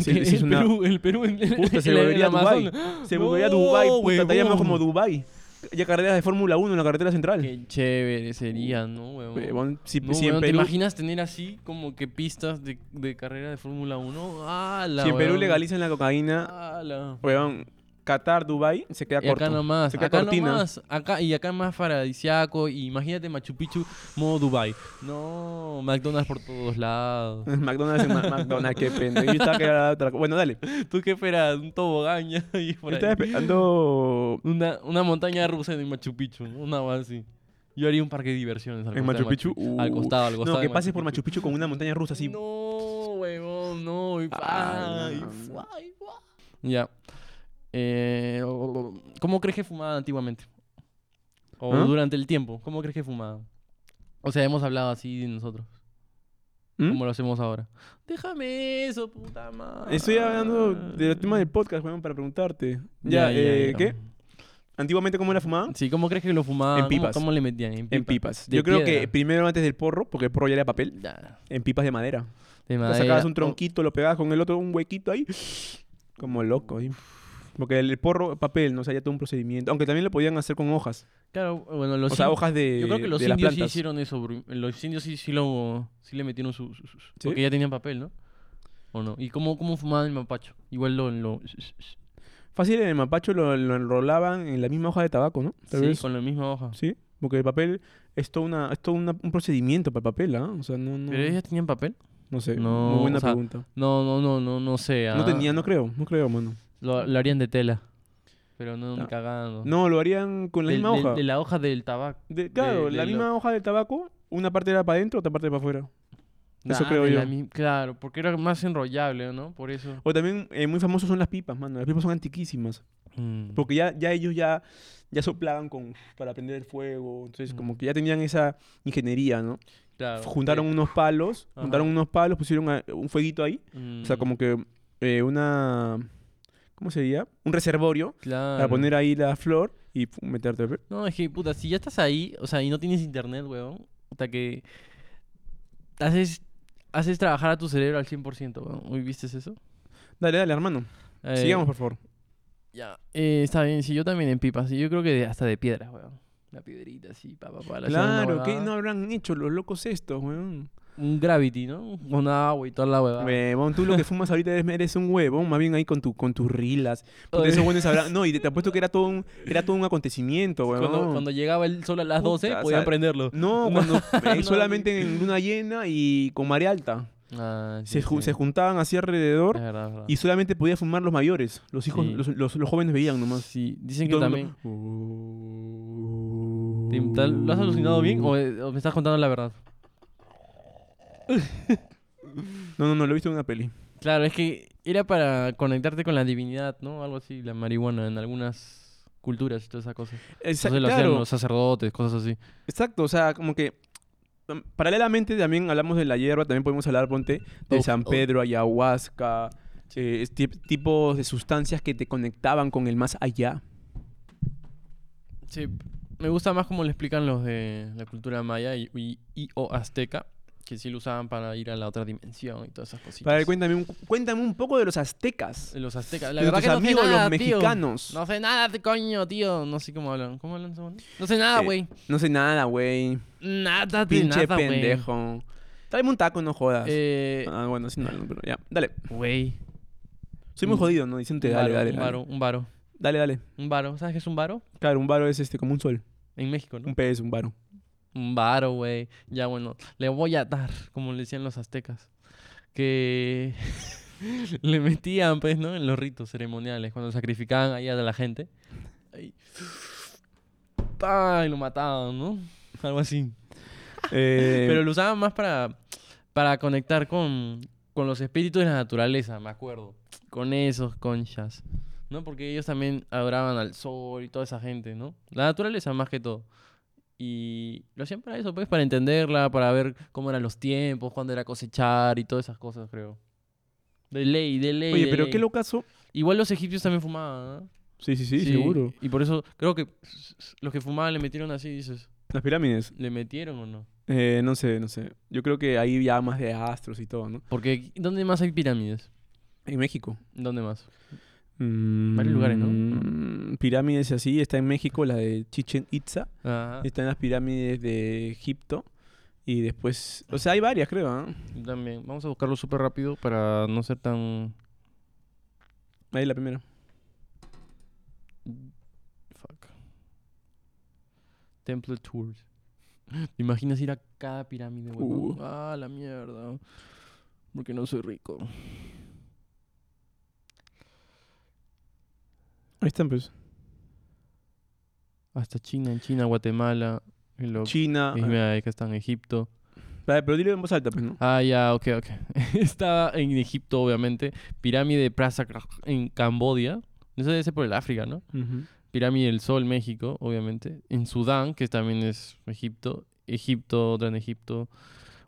Si- Que si es el, una- Perú, el Perú en el, Puta, se en la- volvería en la Dubái. Amazonas. Se No, volvería a Dubái, puta, estaríamos huevón. como Dubái. Ya carreras de Fórmula 1 en la carretera central. Qué chévere sería, ¿no, huevón? Huevón, si, No, si en huevón, ¿Te Perú, imaginas tener así como que pistas de, de carrera de Fórmula 1? ¡Hala, si en Perú huevón! legalizan la cocaína, ¡Hala! weón, Qatar, Dubái, se queda Y corto. acá nomás, Se queda acá cortina. nomás, acá, y acá más paradisiaco, y imagínate Machu Picchu, modo Dubai. No, McDonald's por todos lados. McDonald's en Ma- McDonald's, qué pendejo. Yo estaba que era otra cosa. Bueno, dale. ¿Tú qué esperas? Un tobogán ya ahí por Yo estaba ahí. esperando Una, una montaña rusa en Machu Picchu, ¿no? una vaina así. Yo haría un parque de diversiones al en costado de Machu Picchu. Uh. Al costado, al costado. No, de que pases por Machu Picchu con una montaña rusa así. No, huevón, no. y Ah, fa, y no. fa, y fa. Ya. Eh, o- ¿Cómo crees que fumaban antiguamente? O ¿Ah? durante el tiempo, ¿cómo crees que fumaban? O sea, hemos hablado así de nosotros, ¿Mm? como lo hacemos ahora. Déjame eso, puta madre. Estoy hablando del tema del podcast, weón, para preguntarte. Ya, Ya, ya, eh, ya. ¿qué? ¿Antiguamente cómo era fumada? Sí, ¿cómo crees que lo fumaban? ¿Cómo- pipas. ¿Cómo, le metían? En pipas. En pipas. De Yo creo que piedra. primero antes del porro, porque el porro ya era papel, Ya, en pipas de madera. de Te madera. sacabas un tronquito, lo pegabas con el otro, un huequito ahí. Como loco, ahí. Porque el porro, papel, no o sea, ya todo un procedimiento. Aunque también lo podían hacer con hojas. Claro, bueno, los o sea, in- hojas de. Yo creo que los de las indios sí plantas. hicieron eso, bro. Los indios sí, sí, lo, sí le metieron su, su- su- su- ¿Sí? Porque ya tenían papel, ¿no? ¿O no? ¿Y cómo, cómo fumaban el mapacho? Igual lo... lo Fácil, en el mapacho lo, lo enrolaban en la misma hoja de tabaco, ¿no? Tal sí, vez. con la misma hoja. Sí, porque el papel es todo, una, es todo una- un procedimiento para el papel, ¿ah? O sea, no, no, ¿Pero ellas tenían papel? no sé. No, muy buena o sea, pregunta. No, no, no, no, no sé. No ah. tenía, no creo, no creo, mano. Lo, lo harían de tela. Pero no, ni Ah. cagando. No, lo harían con la Del- misma del- hoja. De la hoja del tabaco. De- claro, de- la de misma hoja del tabaco, una parte era para adentro, otra parte para afuera. Eso Ah, creo de yo. la mi- Claro, porque era más enrollable, ¿no? Por eso. O también eh, muy famosos son las pipas, mano. Las pipas son antiquísimas. Mm. Porque ya, ya ellos ya, ya soplaban con, para prender el fuego. Entonces, Mm. como que ya tenían esa ingeniería, ¿no? Claro, Juntaron unos palos, Ajá. juntaron unos palos, pusieron ah, un fueguito ahí. sí. O sea, Mm, como que eh, una... ¿Cómo sería? Un reservorio para claro. poner ahí la flor y pum, meterte. pe- No, es que, puta, si ya estás ahí, o sea, y no tienes internet, weón, puta, que haces, haces trabajar a tu cerebro al 100%, weón. ¿Uy, viste eso? Dale, dale, hermano. Eh, Sigamos, por favor. Ya, Eh, está bien, sí, yo también en pipas, sí, yo creo que de- hasta de piedras, weón. La piedrita, sí, pa, pa, pa. le hacían una Claro, ¿qué huevada. no habrán hecho los locos estos, weón? Un gravity, ¿no? Con agua y toda la huevada. Huevón, tú lo que fumas ahorita eres, eres un huevón, más bien ahí con, tu, con tus rilas. Porque Oye. esos buenos habrán... No, y te, te apuesto que era todo un, era todo un acontecimiento, huevón. Cuando, cuando llegaba el sol a las 12, Puta, o podían sea, prenderlo. No, No, cuando eh, no, solamente en luna llena y con marea alta. Ah, sí, Se, ju- sí. se juntaban así alrededor Es verdad, es verdad. y solamente podía fumar los mayores. Los hijos, Sí. los, los- los jóvenes veían nomás. Sí, dicen Y que todo el "Oh". también... mundo, ¿Te- te- ¿Lo has alucinado bien o, eh, o me estás contando la verdad? No, no, no, lo he visto en una peli. Claro, es que era para conectarte con la divinidad, ¿no? Algo así, la marihuana en algunas culturas y todas esas cosas. Exa- Entonces lo hacían claro, los sacerdotes, cosas así. exacto. O sea, como que. um, Paralelamente también hablamos de la hierba, también podemos hablar, ponte, de Uf, San uf. Pedro, ayahuasca, eh, es tip- tipos de sustancias que te conectaban con el más allá. Sí, me gusta más como le explican los de la cultura maya y, y- y o azteca, que sí lo usaban para ir a la otra dimensión y todas esas cositas. Para ver, cuéntame un, cuéntame un poco de los aztecas. Eh, Los aztecas, la de verdad tus que no sé amigos, nada, los tío. mexicanos. No sé nada, t- coño, tío. No sé cómo hablan. ¿Cómo hablan? esos manes? No sé nada, Eh, güey. No sé nada, güey. Nada, de Pinche nada, güey. pendejo. Tráeme un taco, no jodas. Eh, ah, bueno, sí, no, no, pero ya. Dale. güey. Soy muy un- jodido, ¿no? Diciéndote, un dale, varo, dale. Un dale. varo, un varo. Dale, dale. Un varo, ¿sabes qué es un varo? Claro, un varo es este, como un sol. En México, ¿no? Un pez, un varo. Un varo, güey. Ya bueno, le voy a dar, como le decían los aztecas. Que le metían, pues, ¿no? En los ritos ceremoniales, cuando sacrificaban ahí a la gente. Ahí. ¡Pah! Y lo mataban, ¿no? Algo así. Eh, Pero lo usaban más para, para conectar con, con los espíritus de la naturaleza, me acuerdo. Con esos conchas. ¿No? Porque ellos también adoraban al sol y toda esa gente, ¿no? La naturaleza más que todo. Y lo hacían para eso, pues, para entenderla, para ver cómo eran los tiempos, cuándo era cosechar y todas esas cosas, creo. De ley, de ley. Oye, de pero ley. qué locazo. Igual los egipcios también fumaban, ¿ah? Sí, sí, sí, seguro. Y por eso creo que los que fumaban le metieron así, dices. Las pirámides. ¿Le metieron o no? Eh, no sé, no sé. Yo creo que ahí ya más de astros y todo, ¿no? Porque ¿dónde más hay pirámides? En México. ¿Dónde más? Varios lugares, ¿no? Pirámides y así. Está en México la de Chichen Itza. Ajá. Están las pirámides de Egipto. Y después... O sea, hay varias, creo, ¿ah? También. Vamos a buscarlo súper rápido para no ser tan... Ahí la primera. Fuck. Temple Tours. ¿Te imaginas ir a cada pirámide, Uh. huevón? Ah, la mierda. Porque no soy rico. Ahí están, pues. Hasta China, en China, Guatemala. qué loco. China. Y ah. mira, ahí que están en Egipto. Vale, pero dilo en voz alta, pues, ¿no? Ah, ya, ok, ok. Estaba en Egipto, obviamente. Pirámide de Plaza en Cambodia. Eso debe ser por el África, ¿no? Ujú. Pirámide del Sol, México, obviamente. En Sudán, que también es Egipto. Egipto, otra en Egipto.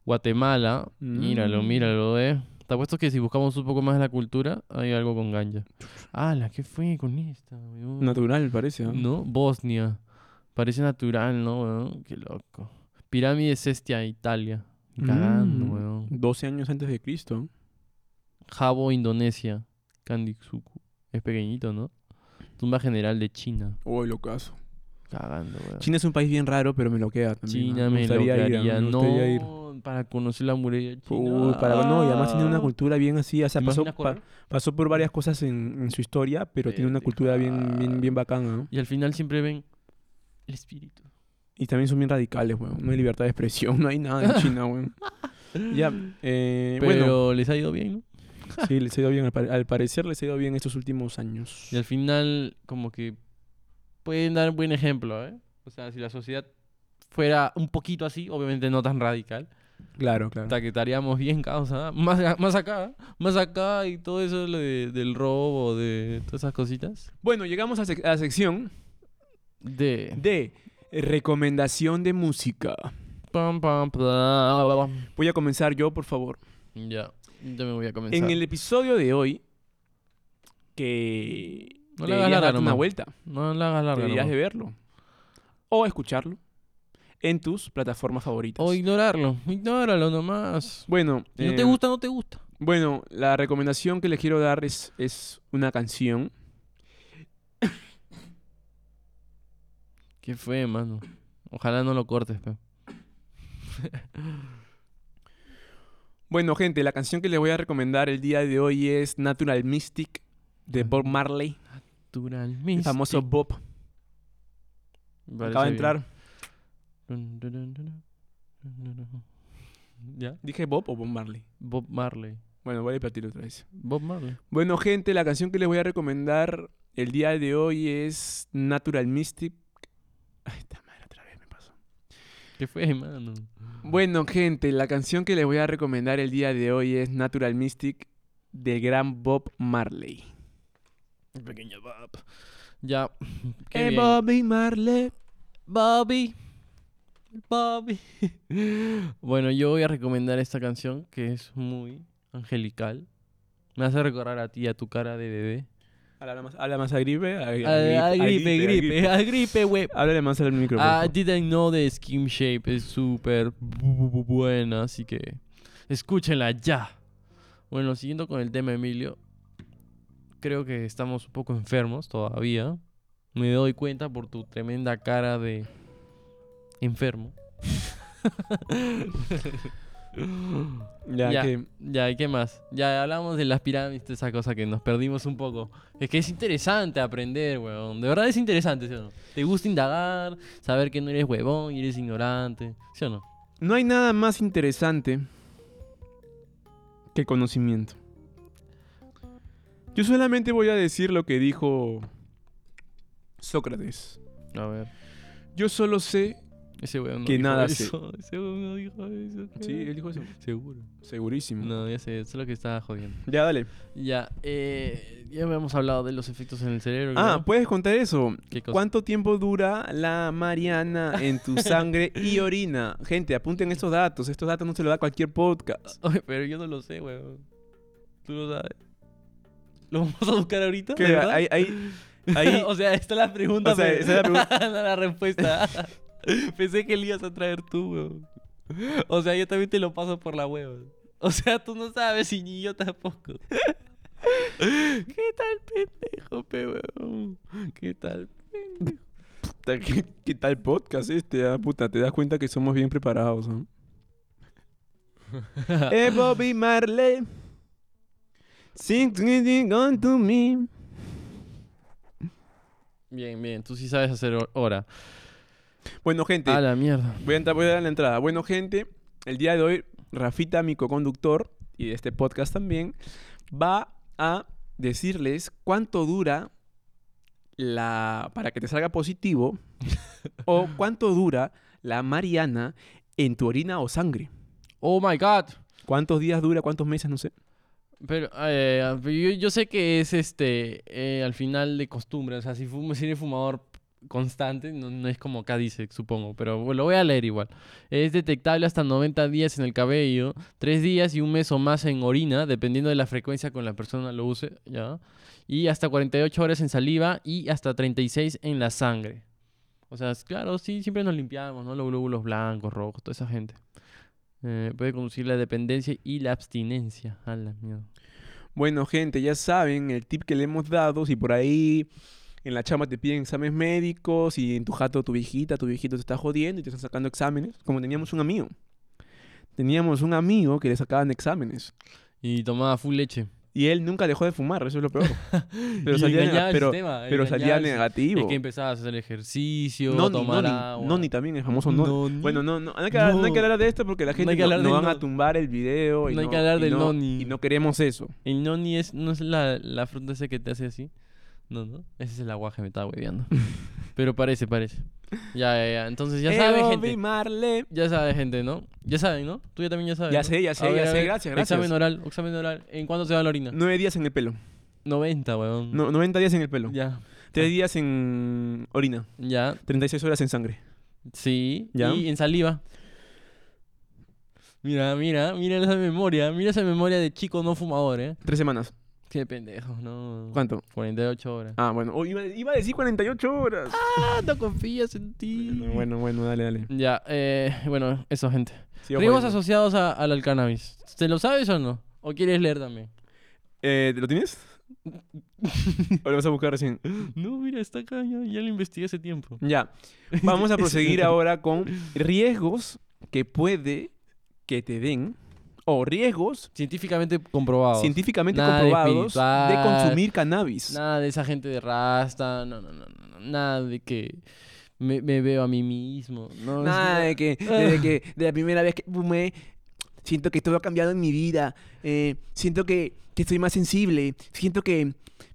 Guatemala. Míralo, Mm. míralo, eh. Te apuesto que si buscamos un poco más la cultura, hay algo con ganja. la ¿Qué fue con esta, weón? Natural, parece, ¿ah? ¿No? Bosnia. Parece natural, ¿no, weón? Qué loco. Pirámide Sestia, Italia. Cagando, Mm. weón. 12 años antes de Cristo. Jabo, Indonesia. Kandiksuku. Es pequeñito, ¿no? Tumba general de China. Uy, locazo. Cagando, weón. China es un país bien raro, pero me lo queda también. Ah. China ¿ah? me gustaría ir, lograría. ¿ah? me gustaría ir. no, para conocer la muralla china. Uy, para, no, y además tiene una Ah. cultura bien así, o sea, ¿Te pasó, imaginas pa- correr? pasó por varias cosas en, en su historia, pero tiene una Pendeja. cultura bien, bien, bien bacana, ¿no? Y al final siempre ven el espíritu. Y también son bien radicales, weón. No hay libertad de expresión, no hay nada en China, weón. Ya, eh, Pero les ha ido bien, ¿no? bueno, sí, les ha ido bien, al, pare- al parecer les ha ido bien estos últimos años. Y al final, como que pueden dar un buen ejemplo, ¿eh? O sea, si la sociedad fuera un poquito así, obviamente no tan radical, Claro, claro. hasta que estaríamos bien causa, ¿ah? más, a- más acá, ¿ah? más acá y todo eso lo de- del robo, de todas esas cositas. Bueno, llegamos a, sec- a la sección De... de recomendación de música. Pam, pam, pam. Voy a comenzar yo, por favor. Ya, yo me voy a comenzar. En el episodio de hoy, que No le hagas deberías larga darte una nomás. vuelta. Ah, No la hagas larga. Deberías nomás. de verlo o escucharlo en tus plataformas favoritas. O ignorarlo. Ignóralo nomás. Bueno, Si no te eh, gusta, no te gusta. bueno, la recomendación que les quiero dar es, es una canción. Qué fue, mano. Ojalá no lo cortes, pe. Bueno, gente, la canción que les voy a recomendar el día de hoy es Natural Mystic de Bob Marley, el famoso Bob. Acaba de entrar. ¿Ya? ¿Dije Bob o Bob Marley? Bob Marley. Bueno, voy a repetirlo otra vez. Bob Marley. Bueno, gente, la canción que les voy a recomendar el día de hoy es Natural Mystic. Ay, está mal, otra vez me pasó. ¿Qué fue, mano? Bueno, gente, la canción que les voy a recomendar el día de hoy es Natural Mystic del gran Bob Marley. Pequeño Bob. Ya. Qué Hey, bien. Bobby Eh, Marley. Bobby. Bobby. bueno, yo voy a recomendar esta canción que es muy angelical. Me hace recordar a ti, a tu cara de bebé. Habla más, habla más a gripe. Ah, A, a Al- al a gripe, gripe, al gripe, güey. Ah, Háblale más al micro. por I favor. didn't know the skin shape es súper bu- bu- buena, así que escúchenla ya. Bueno, siguiendo con el tema, Emilio. Creo que estamos un poco enfermos todavía. Me doy cuenta por tu tremenda cara de enfermo. ya, ya. que- Ya, ¿y qué más? Ya hablamos de las pirámides, toda esa cosa que nos perdimos un poco. Es que es interesante aprender, weón. De verdad es interesante, ¿sí o no? Te gusta indagar, saber que no eres huevón y eres ignorante, ¿sí o no? no hay nada más interesante que conocimiento. Yo solamente voy a decir lo que dijo Sócrates. A ver. Yo solo sé Ese weón no Que dijo nada sé. eso. Ese weón no dijo eso. Sí, él dijo eso. Seguro. Segurísimo. No, ya sé, eso es lo que estaba jodiendo. Ya, dale. Ya, eh, ya habíamos hablado de los efectos en el cerebro. Ah, creo. ¿puedes contar eso? ¿Qué cosa? ¿Cuánto tiempo dura la Mariana en tu sangre y orina? Gente, apunten estos datos. Estos datos no se los da cualquier podcast. Ay, pero yo no lo sé, weón. ¿Tú lo sabes? ¿Lo vamos a buscar ahorita? Que ¿De verdad? ahí, ahí, ahí- o sea, esta es la pregunta. O sea, pero- esa es la pregunta. no la respuesta. Pensé que le ibas a traer tú, weón. O sea, yo también te lo paso por la hueva. O sea, tú no sabes y ni yo tampoco. ¿Qué tal, pendejo, pe, weón? ¿Qué tal? puta, ¿qué, qué tal podcast este? ah, puta, te das cuenta que somos bien preparados. ¿no? Ah. Eh, Bobby Marley. Sing, sing, sing on to me. Bien, bien. Tú sí sabes hacer hor- hora. Bueno, gente, A la mierda. voy a, entrar, voy a dar la entrada. Bueno, gente, el día de hoy, Rafita, mi co-conductor, y de este podcast también, va a decirles cuánto dura la. para que te salga positivo, o cuánto dura la Mariana en tu orina o sangre. Oh my god. ¿Cuántos días dura? ¿Cuántos meses? No sé. Pero eh, yo, yo sé que es este eh, al final de costumbre. O sea, si, fumo, si eres fumador constante, no, no es como acá dice, supongo. Pero bueno, lo voy a leer igual. Es detectable hasta 90 días en el cabello, 3 días y un mes o más en orina, dependiendo de la frecuencia con la persona lo use. ¿ya? Y hasta 48 horas en saliva y hasta 36 en la sangre. O sea, es- claro, sí, siempre nos limpiamos, ¿no? Los glóbulos blancos, rojos, toda esa gente. Eh, puede conducir la dependencia y la abstinencia. A la mierda. Bueno, gente, ya saben el tip que le hemos dado. Si por ahí en la chamba te piden exámenes médicos, si en tu jato tu viejita, tu viejito te está jodiendo y te están sacando exámenes, como teníamos un amigo. Teníamos un amigo que le sacaban exámenes. Y tomaba full leche. Y él nunca dejó de fumar, eso es lo peor. Pero Y salía, nega- engañaba el pero, sistema, pero salía engañaba el si- negativo. Es que empezabas a hacer ejercicio, no, ni, tomar no, agua. ni, no, ni también el famoso no. Noni. Bueno, no, no, no hay que, hablar, no hay que No. hablar de esto porque la No hay gente que no, hablar no del van a no. tumbar el video. Y No hay que hablar y del no, noni. Y no queremos eso. El noni es, no es la, la fruta esa que te hace así. No, no. Ese es el aguaje, me estaba hueveando. pero parece, parece. Ya, ya, ya. Entonces ya Eh, saben, Bobby gente. Marley. Ya saben, gente, ¿no? Ya saben, ¿no? Tú ya también ya sabes. Ya ¿no? sé, ya sé, A ya a sé. Gracias, gracias. Examen oral, examen oral. ¿En cuánto se va la orina? Nueve días en el pelo. 90, weón. No, 90 días en el pelo. Ya, Tres días en orina. ya. 36 horas en sangre. Sí, ¿Ya? y en saliva. Mira, mira, mira esa memoria, mira esa memoria de chico no fumador, ¿eh? Tres semanas. Qué pendejo, no. ¿Cuánto? 48 horas. Ah, bueno. Oh, iba, iba a decir 48 horas. Ah, no confías en ti. Bueno, bueno, bueno, dale, dale. Ya, eh, bueno, eso, gente. Sigo Riesgos poniendo. asociados a- al al cannabis. ¿Te lo sabes o no? ¿O quieres leer también? Eh, ¿Lo tienes? ¿O lo vas a buscar recién? No, mira, está acá, ya, ya lo investigué hace tiempo. Ya. Vamos a proseguir ahora con riesgos que puede que te den o riesgos Científicamente comprobado. científicamente Nada de comprobados de, espiritual, consumir cannabis. Nada de esa gente de rasta, no, no, no, no, no, nada de que me, me veo a mí mismo. No, es- Nada de que, desde que de la primera vez que fumé, siento que todo ha cambiado en mi vida. Eh, siento que, que estoy más sensible. Siento que,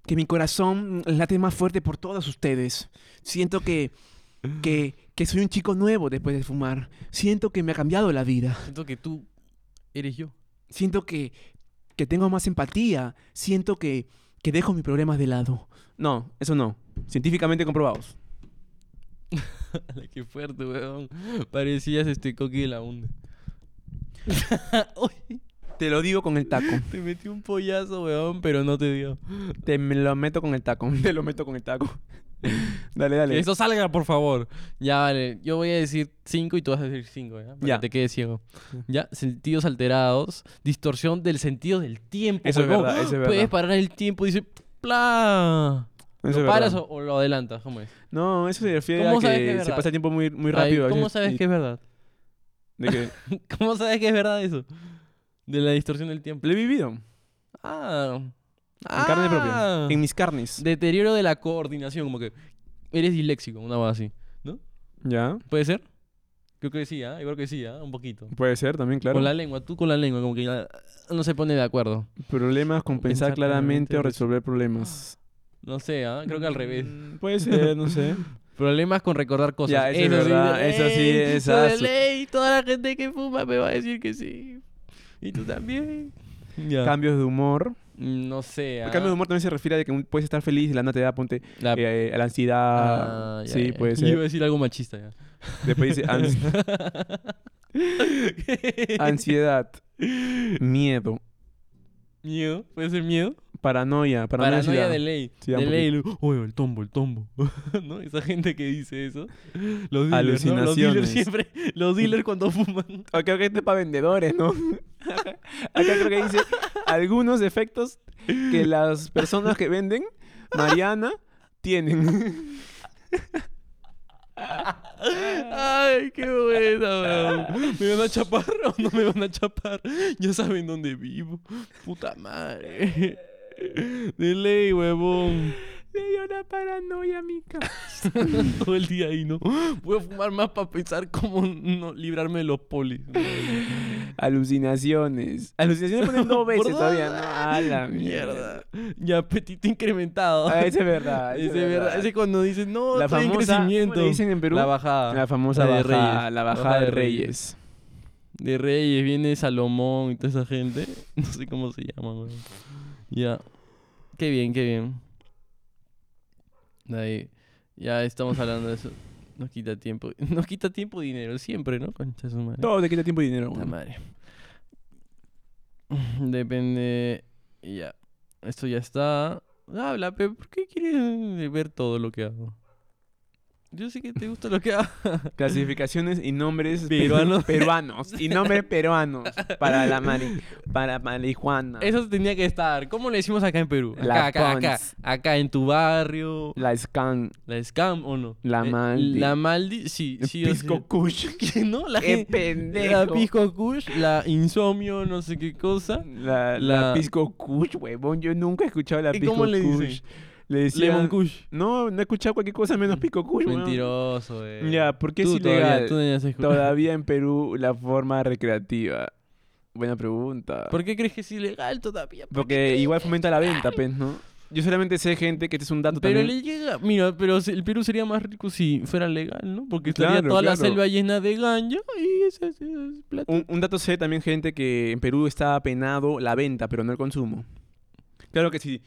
que mi corazón late más fuerte por todos ustedes. Siento que, que, que soy un chico nuevo después de fumar. Siento que me ha cambiado la vida. Siento que tú eres yo. Siento que, que tengo más empatía. Siento que, que dejo mis problemas de lado. No, eso no. Científicamente comprobados. Ala, Qué fuerte, weón. Parecías este coqui de la hunde. Uy, Te lo digo con el taco. te metí un pollazo, weón, pero no te dio. Te me lo meto con el taco. Te lo meto con el taco. dale, Que dale. eso salga, por favor. Ya, vale. Yo voy a decir 5 y tú vas a decir 5, ¿ya? Para que Ya. te quedes ciego. Ya, sentidos alterados, distorsión del sentido del tiempo. Eso es huevón. verdad, eso es Puedes verdad. parar el tiempo, dice, ¡pla! Eso es ¿Lo paras verdad. o, o lo adelantas? ¿Cómo es? No, eso se refiere ¿Cómo a sabes que es que se verdad? pasa el tiempo muy, muy Ay, rápido. a ¿Cómo veces, sabes y- que es verdad? de que- ¿Cómo sabes que es verdad eso? De la distorsión del tiempo. Lo he vivido. En Ah. En carne propia. En mis carnes. Deterioro de la coordinación, como que eres disléxico, una cosa así. Ya. ¿Puede ser? Creo que sí, ¿ah? Yo creo que sí, ¿ah? Un poquito. Puede ser también, claro. Con la lengua, tú con la lengua, como que ah, no se pone de acuerdo. Problemas, compensar Pensar claramente claramente o los- resolver problemas. ¿ah? No sé, ¿ah? Creo que al revés. Mm, Puede ser, no sé. Problemas con recordar cosas. Mm. Ya, eso es sí, verdad, de eso sí ley, es eso de asu- ley, toda la gente que fuma me va a decir que sí. Y tú también. Ya. Cambios de humor. no sé. El ah, cambio de humor también se refiere a de que un- puedes estar feliz y la nada te da, ponte, la- eh, a la ansiedad. ah, ya, sí, ya. puede Yo iba a ser. decir algo machista ya. Después dice ans- ansiedad, miedo, miedo, puede ser miedo. paranoia, paranoia, Paranoia ansiedad. de ley. Sí, da de un ley. lo- Oye, el tombo, el tombo. ¿No? Esa gente que dice eso. Los dealers, ¿no? Los dealers Alucinaciones. siempre. Los dealers cuando fuman. Acá creo que este es para vendedores, ¿no? Acá creo que dice algunos efectos que las personas que venden, Mariana, tienen. Ay, qué buena, weón. ¿Me van a chapar o no me van a chapar? Ya saben dónde vivo. Puta madre. De ley, huevón. Le dio una paranoia, mica. Todo el día ahí, ¿no? Voy a fumar más para pensar cómo no librarme de los polis. Alucinaciones. Alucinaciones ponen dos veces Por Pues todavía, dos. ¿no? A la mierda. Mierda. Ya, apetito incrementado. Ah, ese es verdad. Ese Ese es verdad. Ese cuando dicen, no, la traen famosa, ¿cómo crecimiento. le dicen en Perú? La bajada. La famosa La de bajada, Reyes. la bajada de Reyes. De Reyes viene Salomón y toda esa gente. No sé cómo se llama, weón. Ya. Qué bien, qué bien. De ahí. Ya estamos hablando de eso. Nos quita tiempo. Nos quita tiempo y dinero siempre, ¿no? Concha de su madre. Todo te quita tiempo y dinero. La weón. madre. Depende. Ya. Esto ya está. Habla, pero ¿por qué quieres ver todo lo que hago? Yo sé que te gusta lo que hago. Clasificaciones y nombres Peruanos. peruanos. peruanos. Y nombres peruanos. Para la mari, para marihuana. Eso tenía que estar. ¿Cómo le decimos acá en Perú? Acá, La acá, acá. Pons. Acá en tu barrio. La scan. La scam o no. La Eh, Maldi. La Maldi, sí, sí. o sí. Pisco Kush. ¿Qué no? La ¡Qué gente. La pendejo! Pisco Kush, la insomnio, no sé qué cosa. La, la, la- Pisco Kush, huevón. Yo nunca he escuchado la ¿Y Pisco cómo le dicen? Kush. Le decían... Lemon Kush. No, no he escuchado cualquier cosa menos Pisco Kush, huevón. Mentiroso, eh. Ya, porque Tú es todavía- ilegal. tú tenías escu- Todavía en Perú la forma recreativa. Buena pregunta. ¿Por qué crees que es ilegal todavía? ¿Por qué Ah. Porque crees? igual fomenta la venta, pues, ¿no? Yo solamente sé gente que este es un dato Pero también. le llega. Mira, pero se- el Perú sería más rico si fuera legal, ¿no? Porque estaría Claro, toda la claro. selva llena de ganja y esa es plata. Un, un dato sé también gente que en Perú está penado la venta, pero no el consumo. Claro que si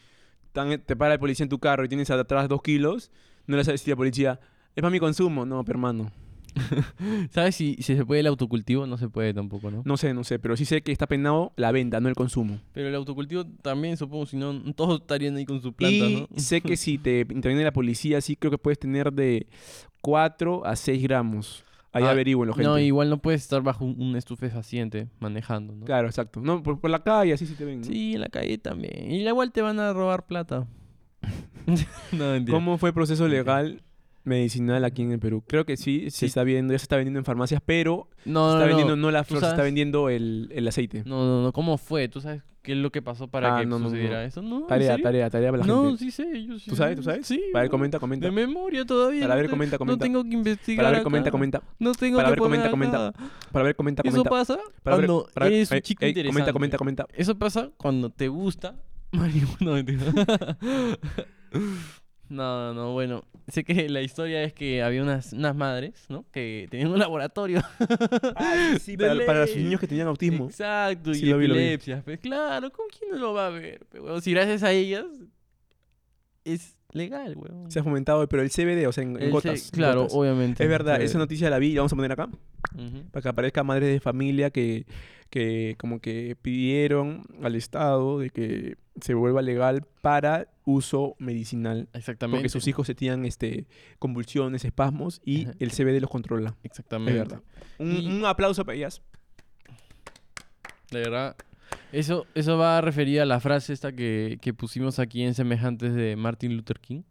tan- te para el policía en tu carro y tienes atrás dos kilos, no le sabes decir a la policía, es para mi consumo. No, pero hermano. ¿Sabes si, si se puede el autocultivo? No se puede tampoco, ¿no? Uh. No sé, no sé, pero sí sé que está penado la venta, no el consumo. Pero el autocultivo también, supongo, si no, todos estarían ahí con su planta, y ¿no? sé que si te interviene la policía, sí creo que puedes tener de 4 a 6 gramos. Ahí Ah, averigüenlo, gente. No, igual no puedes estar bajo un, un estupefaciente manejando, ¿no? Claro, exacto. No, por, por la calle, así sí te ven. ¿no? Sí, en la calle también. Y igual te van a robar plata. no, mentira. ¿Cómo fue el proceso Ok. legal medicinal aquí en el Perú? Creo que sí, Sí. se está viendo, ya se está vendiendo en farmacias, pero No, se está no, no. vendiendo no la ¿Tú flor, se está sabes? vendiendo el, el aceite. No, no, no. ¿Cómo fue? ¿Tú sabes qué es lo que pasó para Ah, que no, no, no. sucediera eso? No, ¿en tarea, serio? tarea, tarea para la No, gente. sí sé, yo sí ¿Tú sabes? sé. ¿Tú sabes? Sí. Para ver, no. comenta, comenta. De memoria todavía. Para no ver, te- comenta, comenta. No tengo que investigar Para ver, acá. comenta, comenta. No tengo Para que ver, comenta, poner comenta. nada. Para ver, comenta, Eso comenta. pasa Para ver, cuando para ver- eres un ey, chico ey, interesante. Comenta, comenta, comenta. Eso pasa cuando te gusta marihuana. mentira. No, no, no, bueno. Sé que la historia es que había unas, unas madres, ¿no? Que tenían un laboratorio. Ah, Sí, De para, para los ley. niños que tenían autismo. Exacto, Sí, y lo vi, lo vi. epilepsias. Pues claro, ¿con quién no lo va a ver? pe, huevón? si gracias a ellas es legal, weón. Se ha fomentado, pero el CBD, o sea, en, en gotas. en claro, gotas. obviamente. Es verdad, se esa ve. noticia la vi, la vamos a poner acá. Ujú. para que aparezca madres de familia que, que como que pidieron al Estado de que se vuelva legal para uso medicinal. Exactamente. Porque sus hijos se tenían este, convulsiones, espasmos y Ajá. el CBD los controla. Exactamente. Es verdad. Un, Y- un aplauso para ellas. De verdad. Eso, eso va referida a la frase esta que, que pusimos aquí en Semejantes de Martin Luther King.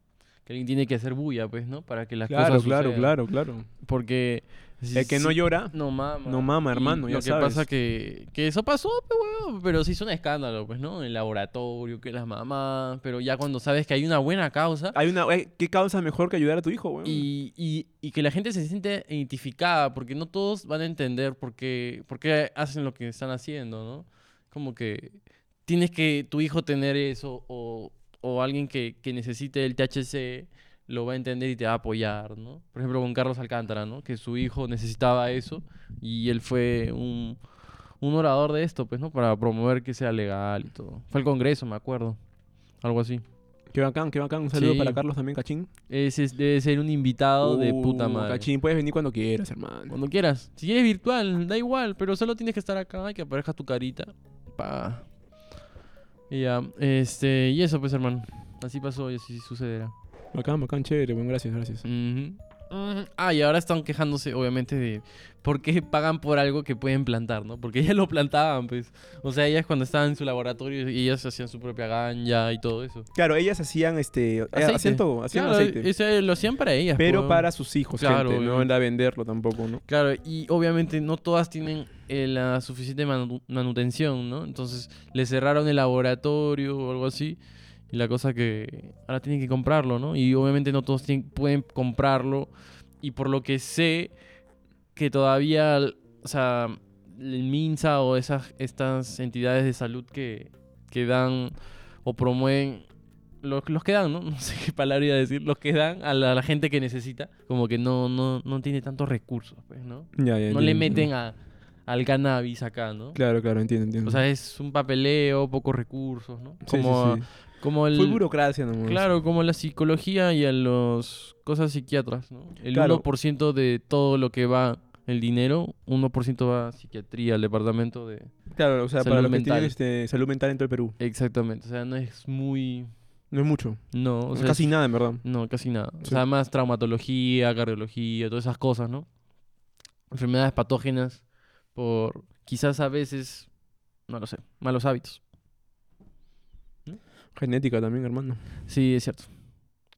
Que alguien tiene que hacer bulla, pues, ¿no? Para que las Claro, cosas claro, sucedan. claro, claro. Porque... si- El que no si- llora, No mama. No mama, Y hermano, ya Lo que sabes. pasa que, que eso pasó, pe, huevón, pero se hizo un escándalo, pues, ¿no? En el laboratorio, que las mamás, pero ya cuando sabes que hay una buena causa hay una... eh, ¿Qué causa mejor que ayudar a tu hijo, weón? y, y- y que la gente se siente identificada, porque no todos van a entender por qué, por qué hacen lo que están haciendo, ¿no? Como que tienes que tu hijo tener eso o, o alguien que, que necesite el THC lo va a entender y te va a apoyar, ¿no? Por ejemplo, con Carlos Alcántara, ¿no? Que su hijo necesitaba eso y él fue un, un orador de esto, pues, ¿no? Para promover que sea legal y todo. Fue al Congreso, me acuerdo. Algo así. Qué bacán, qué bacán. Un saludo Sí. para Carlos también, Cachín. Ese es- debe ser un invitado de puta Uh, madre. Cachín, puedes venir cuando quieras, hermano. Cuando quieras. Si quieres virtual, da igual, pero solo tienes que estar acá y que aparezca tu carita. Pa. Y ya, este, y eso pues hermano. Así pasó y así sucederá. Bacán, bacán, chévere. Bueno, gracias, gracias. Ujú. Ujú. Ah, y ahora están quejándose, obviamente, de por qué pagan por algo que pueden plantar, ¿no? Porque ellas lo plantaban, pues. O sea, ellas cuando estaban en su laboratorio, ellas hacían su propia ganja y todo eso. Claro, ellas hacían este... eh, Aceite. Hacían todo, hacían Claro, aceite. eso lo hacían para ellas. pues. Pero po. para sus hijos, Claro, gente. No obviamente. era venderlo tampoco, ¿no? Claro, y obviamente no todas tienen eh, la suficiente manu- manutención, ¿no? Entonces le cerraron el laboratorio o algo así. Y la cosa que ahora tienen que comprarlo, ¿no? Y obviamente no todos tienen- pueden comprarlo. Y por lo que sé, que todavía, o sea, el MINSA o esas, estas entidades de salud que, que dan o promueven, los, los que dan, ¿no? No sé qué palabra iba a decir, los que dan a la, a la gente que necesita, como que no, no, no tiene tantos recursos, pues, ¿no? Ya, ya, No le entiendo, meten entiendo. a, al cannabis acá, ¿no? Claro, claro, entiendo, entiendo. O sea, es un papeleo, pocos recursos, ¿no? Sí, sí, Como, sí. como el... Fue burocracia nomás. Claro, como la psicología y a las cosas psiquiatras, ¿no? El Claro. 1% de todo lo que va el dinero, 1% va a psiquiatría, al departamento de... Claro, o sea, para Salud los que mental. tienen este, salud mental en todo el Perú. Exactamente, o sea, no es muy... No es mucho. No, o sea, Casi es- nada, en verdad. No, casi nada. O Sí. sea, más traumatología, cardiología, todas esas cosas, ¿no? Enfermedades patógenas por quizás a veces, no lo sé, malos hábitos. Genética también, hermano. Sí, es cierto.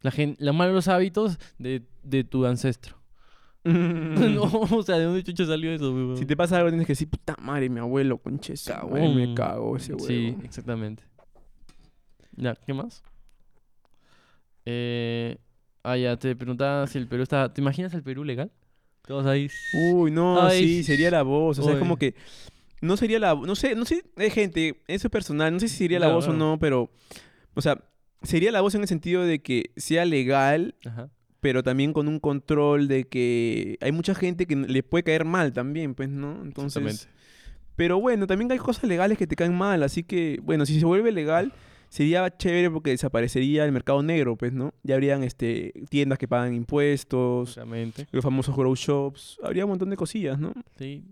La gen- los malos hábitos de, de tu ancestro. no, o sea, ¿de dónde chucha salió eso? weón? Si te pasa algo, tienes que decir, puta madre, mi abuelo, conches. Cagón. Me cago ese huevo. Mm, Sí, exactamente. Ya, ¿qué más? Eh, ah, ya, te preguntaba si el Perú está... ¿Te imaginas el Perú legal? Todos ahí... Uy, no, Ay, sí, sería la voz. O sea, es uy. como que. No sería la. No sé, no sé, eh, gente, eso es personal. No sé si sería la Claro, voz claro. o no, pero. O sea, sería la voz en el sentido de que sea legal, Ajá. pero también con un control de que hay mucha gente que le puede caer mal también, pues, ¿no? Entonces. Pero bueno, también hay cosas legales que te caen mal, así que, bueno, si se vuelve legal. Sería chévere porque desaparecería el mercado negro, pues, ¿no? Ya habrían este, tiendas que pagan impuestos, Exactamente. los famosos grow shops, habría un montón de cosillas, ¿no? Sí.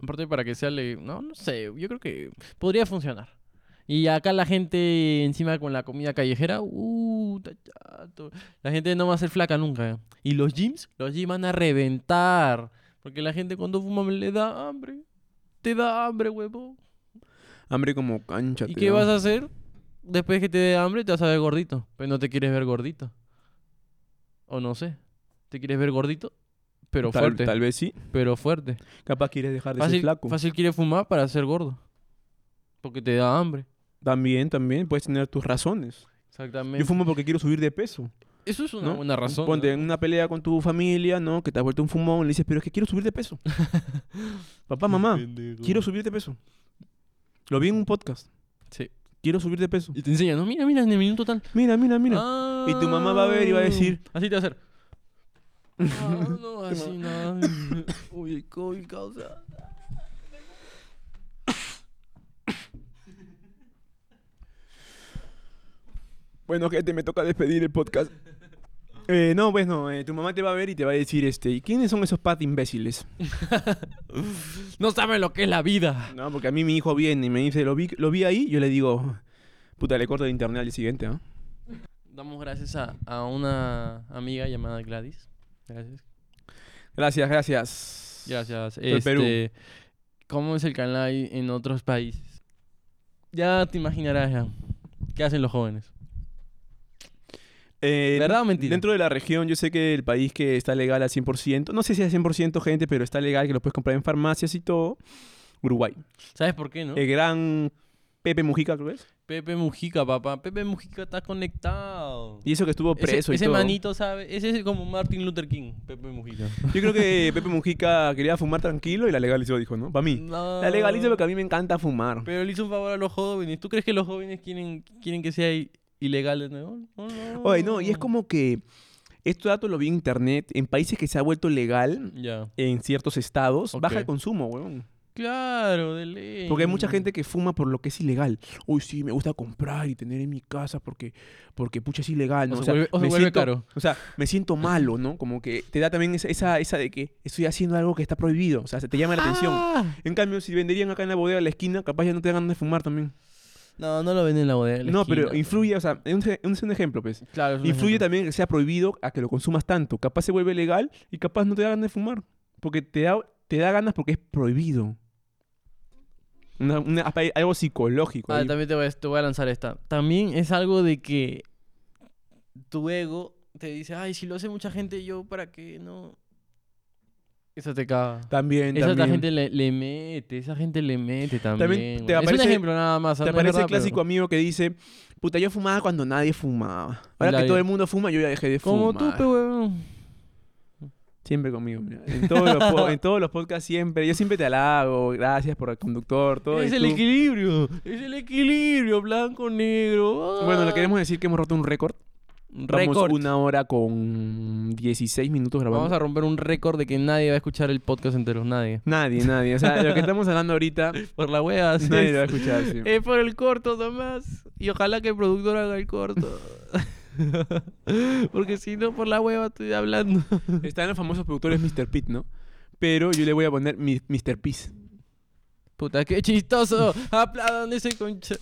Aparte para que sea le- No, no sé. Yo creo que podría funcionar. Y acá la gente encima con la comida callejera, uh, está chato. La gente no va a ser flaca nunca. ¿eh? Y los gyms, los gyms van a reventar. Porque la gente cuando fuma le da hambre. Te da hambre, huevo. Hambre como cancha. ¿Y qué vas a hacer? Después que te dé hambre te vas a ver gordito. Pero no te quieres ver gordito. O no sé. ¿Te quieres ver gordito? Pero tal, fuerte. Tal vez sí. Pero fuerte. Capaz quieres dejar de Fácil, ser flaco. fácil quiere fumar para ser gordo. Porque te da hambre. También, también. Puedes tener tus razones. Exactamente. Yo fumo porque quiero subir de peso. Eso es una ¿no? buena razón. Ponte ¿no? en una pelea con tu familia, ¿no? Que te has vuelto un fumón. Le dices, pero es que quiero subir de peso. Papá, mamá, quiero subir de peso. Lo vi en un podcast. Sí. Quiero subir de peso. Y te enseñan, no, mira, mira, en el minuto tal. Mira, mira, mira. Ah. Y tu mamá va a ver y va a decir- Así te va a hacer. Ah, no, así mamá. nada. Uy, el COVID causa. Bueno, gente, me toca despedir el podcast. Eh, no, pues no. eh, tu mamá te va a ver y te va a decir, este, ¿y quiénes son esos pat imbéciles? No saben lo que es la vida. No, porque a mí mi hijo viene y me dice, lo vi, lo vi ahí, yo le digo, puta, le corto el internet al día siguiente, ¿no? Damos gracias a, a una amiga llamada Gladys. Gracias. Gracias, gracias. Gracias. Del Este, Perú. ¿Cómo es el canal en otros países? Ya te imaginarás ya. ¿Qué hacen los jóvenes? Eh, ¿Verdad o mentira? Dentro de la región, yo sé que el país que está legal al 100%, no sé si al 100% gente, pero está legal, que lo puedes comprar en farmacias y todo, Uruguay. ¿Sabes por qué, no? El gran Pepe Mujica, creo que es. Pepe Mujica, papá. Pepe Mujica está conectado. Y eso que estuvo Ese- preso ese, y todo. manito sabe, ese es como Martin Luther King, Pepe Mujica. Yo creo que Pepe Mujica quería fumar tranquilo y la legalizó, dijo, ¿no? Para mí. No. La legalizó porque a mí me encanta fumar. Pero le hizo un favor a los jóvenes. ¿Tú crees que los jóvenes quieren, quieren que sea i- ilegal de nuevo. No, Oye, no, y es como que esto dato lo vi en internet, en países que se ha vuelto legal Ya. en ciertos estados, baja Ok. el consumo, weón. Claro, de ley. Porque hay mucha gente que fuma por lo que es ilegal. Uy, sí, me gusta comprar y tener en mi casa porque, porque pucha, es ilegal. ¿no? O se vuelve- o se me vuelve siento- caro. O sea, me siento malo, ¿no? Como que te da también esa, esa, esa de que estoy haciendo algo que está prohibido. O sea, se te llama la atención. Ah. En cambio, si venderían acá en la bodega de la esquina, capaz ya no te dan ganas de fumar también. No, no lo venden en la bodega. de la no, pero esquina. influye, o sea, es un, es un ejemplo, pues. Claro, es un Influye ejemplo. también que sea prohibido a que lo consumas tanto. Capaz se vuelve legal y capaz no te da ganas de fumar. Porque te da, te da ganas porque es prohibido. Una- una- apa- algo psicológico. Ah, ahí. también te voy, a, te voy a lanzar esta. También es algo de que tu ego te dice, ay, si lo hace mucha gente, yo para qué no. Eso te caga. También, Esa también. gente le, le mete, esa gente le mete también. te güey. es aparece- un ejemplo nada más. ¿Te no es parece el verdad, pero- clásico amigo que dice, puta, yo fumaba cuando nadie fumaba. Ahora La que vi- todo el mundo fuma, yo ya dejé de Como fumar. tú, pe huevón. Siempre conmigo, mira. En todos, los po- en todos los podcasts siempre. Yo siempre te halago. Gracias por el conductor, todo. Es y el tú- equilibrio. Es el equilibrio, blanco, negro. ah. Bueno, le queremos decir que hemos roto un récord. Vamos Récord. una hora con 16 minutos grabando. Vamos a romper un récord de que nadie va a escuchar el podcast entero. Nadie. Nadie, nadie. O sea, lo que estamos hablando ahorita, Por la wea. sí. nadie lo va a escuchar. sí. Es Eh, por el corto nomás. Y ojalá que el productor haga el corto. Porque si no, por la hueva estoy hablando. Están los famosos productores Mr. Pitt, ¿no? Pero yo le voy a poner mi- Mr. Peace. Puta, qué chistoso. Aplaudan ese concha.